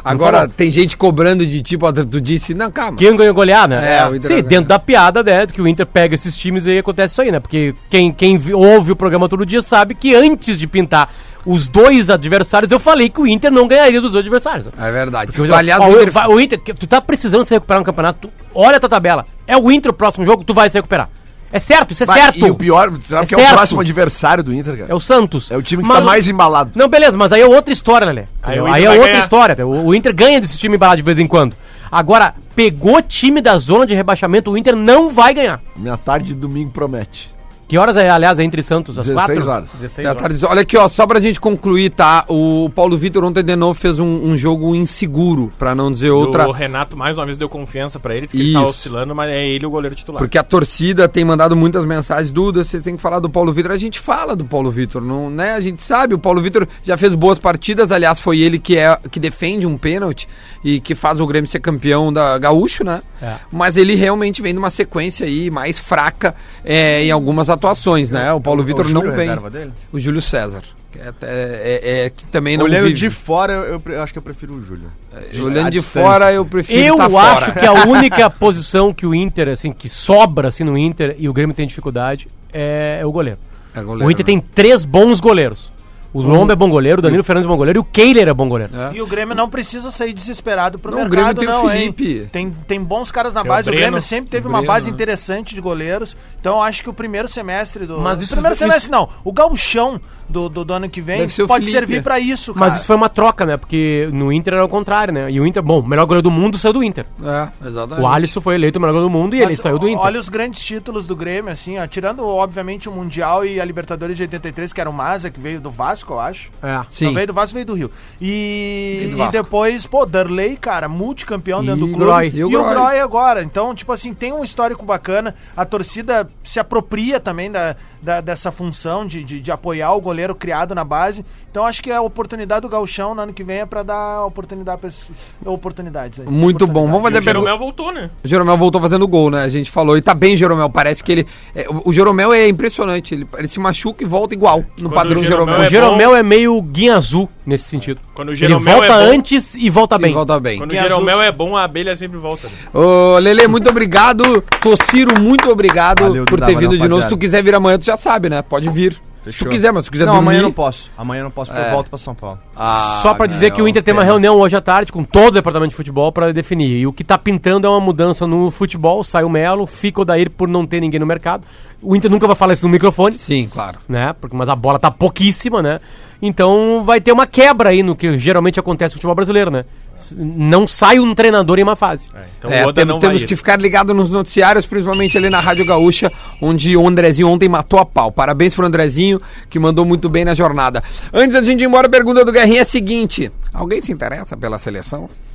[SPEAKER 1] Agora, tem gente cobrando de tipo, tu disse, não, calma.
[SPEAKER 2] Quem ganhou golear, né?
[SPEAKER 1] É, o Inter
[SPEAKER 2] Sim,
[SPEAKER 1] ganhou.
[SPEAKER 2] dentro da piada, né? Que o Inter pega esses times e aí acontece isso aí, né? Porque quem, quem vi- ouve o programa todo dia sabe que antes de pintar os dois adversários, eu falei que o Inter não ganharia dos dois adversários. né?
[SPEAKER 1] É verdade.
[SPEAKER 2] Porque, aliás, o Inter... o Inter, que- tu tá precisando se recuperar no campeonato, tu- olha a tua tabela. É o Inter o próximo jogo, tu vai se recuperar. É certo, isso é
[SPEAKER 7] Vai,
[SPEAKER 2] certo.
[SPEAKER 7] E o pior, sabe
[SPEAKER 2] É
[SPEAKER 7] que é
[SPEAKER 2] certo.
[SPEAKER 7] o próximo adversário do Inter, cara?
[SPEAKER 2] É o Santos.
[SPEAKER 7] É o time que
[SPEAKER 2] Mas-
[SPEAKER 7] tá mais embalado.
[SPEAKER 2] Não, beleza, mas aí é outra história, Lelé.
[SPEAKER 7] Aí
[SPEAKER 2] Entendeu?
[SPEAKER 7] o Inter
[SPEAKER 2] Aí é
[SPEAKER 7] vai
[SPEAKER 2] outra
[SPEAKER 7] ganhar.
[SPEAKER 2] história. O, o Inter ganha desse time embalado de vez em quando. Agora, pegou time da zona de rebaixamento, o Inter não vai ganhar.
[SPEAKER 7] Minha tarde de domingo promete.
[SPEAKER 2] Que horas é, aliás, é entre Santos? Às
[SPEAKER 7] 16
[SPEAKER 2] quatro?
[SPEAKER 7] horas.
[SPEAKER 2] 16
[SPEAKER 1] Tá,
[SPEAKER 2] horas.
[SPEAKER 1] tá dizendo- Olha aqui, ó, só pra gente concluir, tá? O Paulo Vitor ontem de novo fez um, um jogo inseguro, pra não dizer outra.
[SPEAKER 3] O Renato mais uma vez deu confiança pra ele, disse que ele tá
[SPEAKER 1] Isso.
[SPEAKER 3] oscilando, mas é ele o goleiro titular.
[SPEAKER 1] Porque a torcida tem mandado muitas mensagens, Duda, vocês têm que falar do Paulo Vitor. A gente fala do Paulo Vitor, não, né? A gente sabe, o Paulo Vitor já fez boas partidas, aliás, foi ele que, é, que defende um pênalti e que faz o Grêmio ser campeão da Gaúcho, né?
[SPEAKER 2] É.
[SPEAKER 1] Mas ele realmente vem de uma sequência aí mais fraca é, em algumas atuações, né? O Paulo
[SPEAKER 9] o
[SPEAKER 1] Vitor
[SPEAKER 9] Júlio é
[SPEAKER 1] não vem.
[SPEAKER 9] reserva dele?
[SPEAKER 1] O Júlio César. que é até- é- é que também não
[SPEAKER 9] Olhando
[SPEAKER 1] vive.
[SPEAKER 9] de fora, eu, eu pre- eu acho que eu prefiro o Júlio.
[SPEAKER 1] Olhando
[SPEAKER 9] À
[SPEAKER 1] de
[SPEAKER 9] distância.
[SPEAKER 1] fora, eu prefiro
[SPEAKER 2] Eu
[SPEAKER 1] tá
[SPEAKER 2] acho
[SPEAKER 1] fora.
[SPEAKER 2] que a única posição que o Inter, assim, que sobra assim, no Inter e o Grêmio tem dificuldade é, é o goleiro.
[SPEAKER 1] É goleiro,
[SPEAKER 2] o Inter
[SPEAKER 1] né?
[SPEAKER 2] tem três bons goleiros. O Lomba é bom goleiro, o Danilo Fernandes é bom goleiro e o Keiler é bom goleiro.
[SPEAKER 4] E o Grêmio não precisa sair desesperado pro
[SPEAKER 1] Não, o
[SPEAKER 4] mercado,
[SPEAKER 1] Grêmio tem o
[SPEAKER 4] não,
[SPEAKER 1] Felipe.
[SPEAKER 4] hein? Tem, tem bons caras na
[SPEAKER 2] Tem o
[SPEAKER 4] base. O,
[SPEAKER 2] Breno.
[SPEAKER 4] Grêmio sempre teve
[SPEAKER 2] O
[SPEAKER 4] uma
[SPEAKER 2] Breno,
[SPEAKER 4] base
[SPEAKER 2] né?
[SPEAKER 4] interessante de goleiros. Então eu acho que o primeiro semestre do.
[SPEAKER 2] Mas isso- é
[SPEAKER 4] primeiro
[SPEAKER 2] isso-
[SPEAKER 4] semestre não. O gauchão do, do, do ano que vem
[SPEAKER 2] Deve ser o
[SPEAKER 4] pode
[SPEAKER 2] Felipe.
[SPEAKER 4] servir pra isso, cara.
[SPEAKER 2] Mas isso foi uma troca, né? Porque no Inter era o contrário, né? E o Inter, bom, o melhor goleiro do mundo saiu do Inter.
[SPEAKER 1] É, exatamente.
[SPEAKER 2] O Alisson foi eleito o melhor goleiro do mundo e ele
[SPEAKER 4] Mas
[SPEAKER 2] saiu do Inter.
[SPEAKER 4] Olha os grandes títulos do Grêmio, assim, ó, tirando, obviamente, o Mundial e a Libertadores de 83, que era o Maza, que veio do Vasco, eu acho.
[SPEAKER 2] É.
[SPEAKER 4] Não
[SPEAKER 2] Sim.
[SPEAKER 4] veio do Vasco, veio do Rio. E,
[SPEAKER 2] Veio do
[SPEAKER 4] e
[SPEAKER 2] Vasco.
[SPEAKER 4] depois, pô, Darley, cara, multicampeão dentro
[SPEAKER 2] E
[SPEAKER 4] do
[SPEAKER 2] Groy.
[SPEAKER 4] clube.
[SPEAKER 2] E o
[SPEAKER 4] E o
[SPEAKER 2] Groy.
[SPEAKER 4] Groy agora. Então, tipo assim, tem um histórico bacana. A torcida se apropria também da, da- dessa função de, de, de apoiar o goleiro criado na base. Então, acho que a oportunidade do Galchão no ano que vem é pra dar oportunidade pra esses- oportunidades aí.
[SPEAKER 1] Muito bom. Vamos fazer
[SPEAKER 4] E o Jeromel
[SPEAKER 3] voltou, né?
[SPEAKER 1] O Jeromel voltou fazendo gol, né? A gente falou. E tá bem, Jeromel. Parece que ele. é, o- o Jeromel é impressionante. Ele, ele se machuca e volta igual no padrão Jeromel.
[SPEAKER 2] O Jeromel é meio guinha azul nesse sentido.
[SPEAKER 3] Quando o
[SPEAKER 2] ele
[SPEAKER 3] Jeromel
[SPEAKER 2] volta
[SPEAKER 3] é bom-
[SPEAKER 2] antes e volta Tá bem.
[SPEAKER 1] volta bem.
[SPEAKER 3] Quando o Jeromel é bom, a abelha sempre volta. né?
[SPEAKER 1] Ô, Lele, muito obrigado. Tociro, muito obrigado
[SPEAKER 9] Valeu,
[SPEAKER 1] por
[SPEAKER 9] Duda,
[SPEAKER 1] ter
[SPEAKER 9] valeu,
[SPEAKER 1] vindo de novo. Se
[SPEAKER 9] rapaziada.
[SPEAKER 1] tu quiser vir amanhã, tu já sabe, né? Pode vir. Se tu
[SPEAKER 9] Fechou.
[SPEAKER 1] quiser, mas se tu quiser
[SPEAKER 9] Não,
[SPEAKER 1] dormir...
[SPEAKER 9] amanhã eu não posso. Amanhã eu não posso, porque
[SPEAKER 1] É.
[SPEAKER 9] eu volto pra São Paulo.
[SPEAKER 1] Ah,
[SPEAKER 2] Só pra
[SPEAKER 1] né,
[SPEAKER 2] dizer que o Inter tem uma
[SPEAKER 1] pena.
[SPEAKER 2] reunião hoje à tarde com todo o departamento de futebol pra definir. E o que tá pintando é uma mudança no futebol, sai o Melo, fica o Dair por não ter ninguém no mercado. O Inter nunca vai falar isso no microfone.
[SPEAKER 1] Sim, claro.
[SPEAKER 2] Né? Porque, mas a bola tá pouquíssima, né? Então vai ter uma quebra aí no que geralmente acontece no futebol brasileiro, né? S- Não sai um treinador em uma fase.
[SPEAKER 3] então
[SPEAKER 1] É, tem- temos que ficar ligado nos noticiários, principalmente ali na Rádio Gaúcha, onde o Andrezinho ontem matou a pau. Parabéns pro Andrezinho, que mandou muito bem na jornada. Antes da gente ir embora, a pergunta do Guerrinha é a seguinte: Alguém se interessa pela seleção?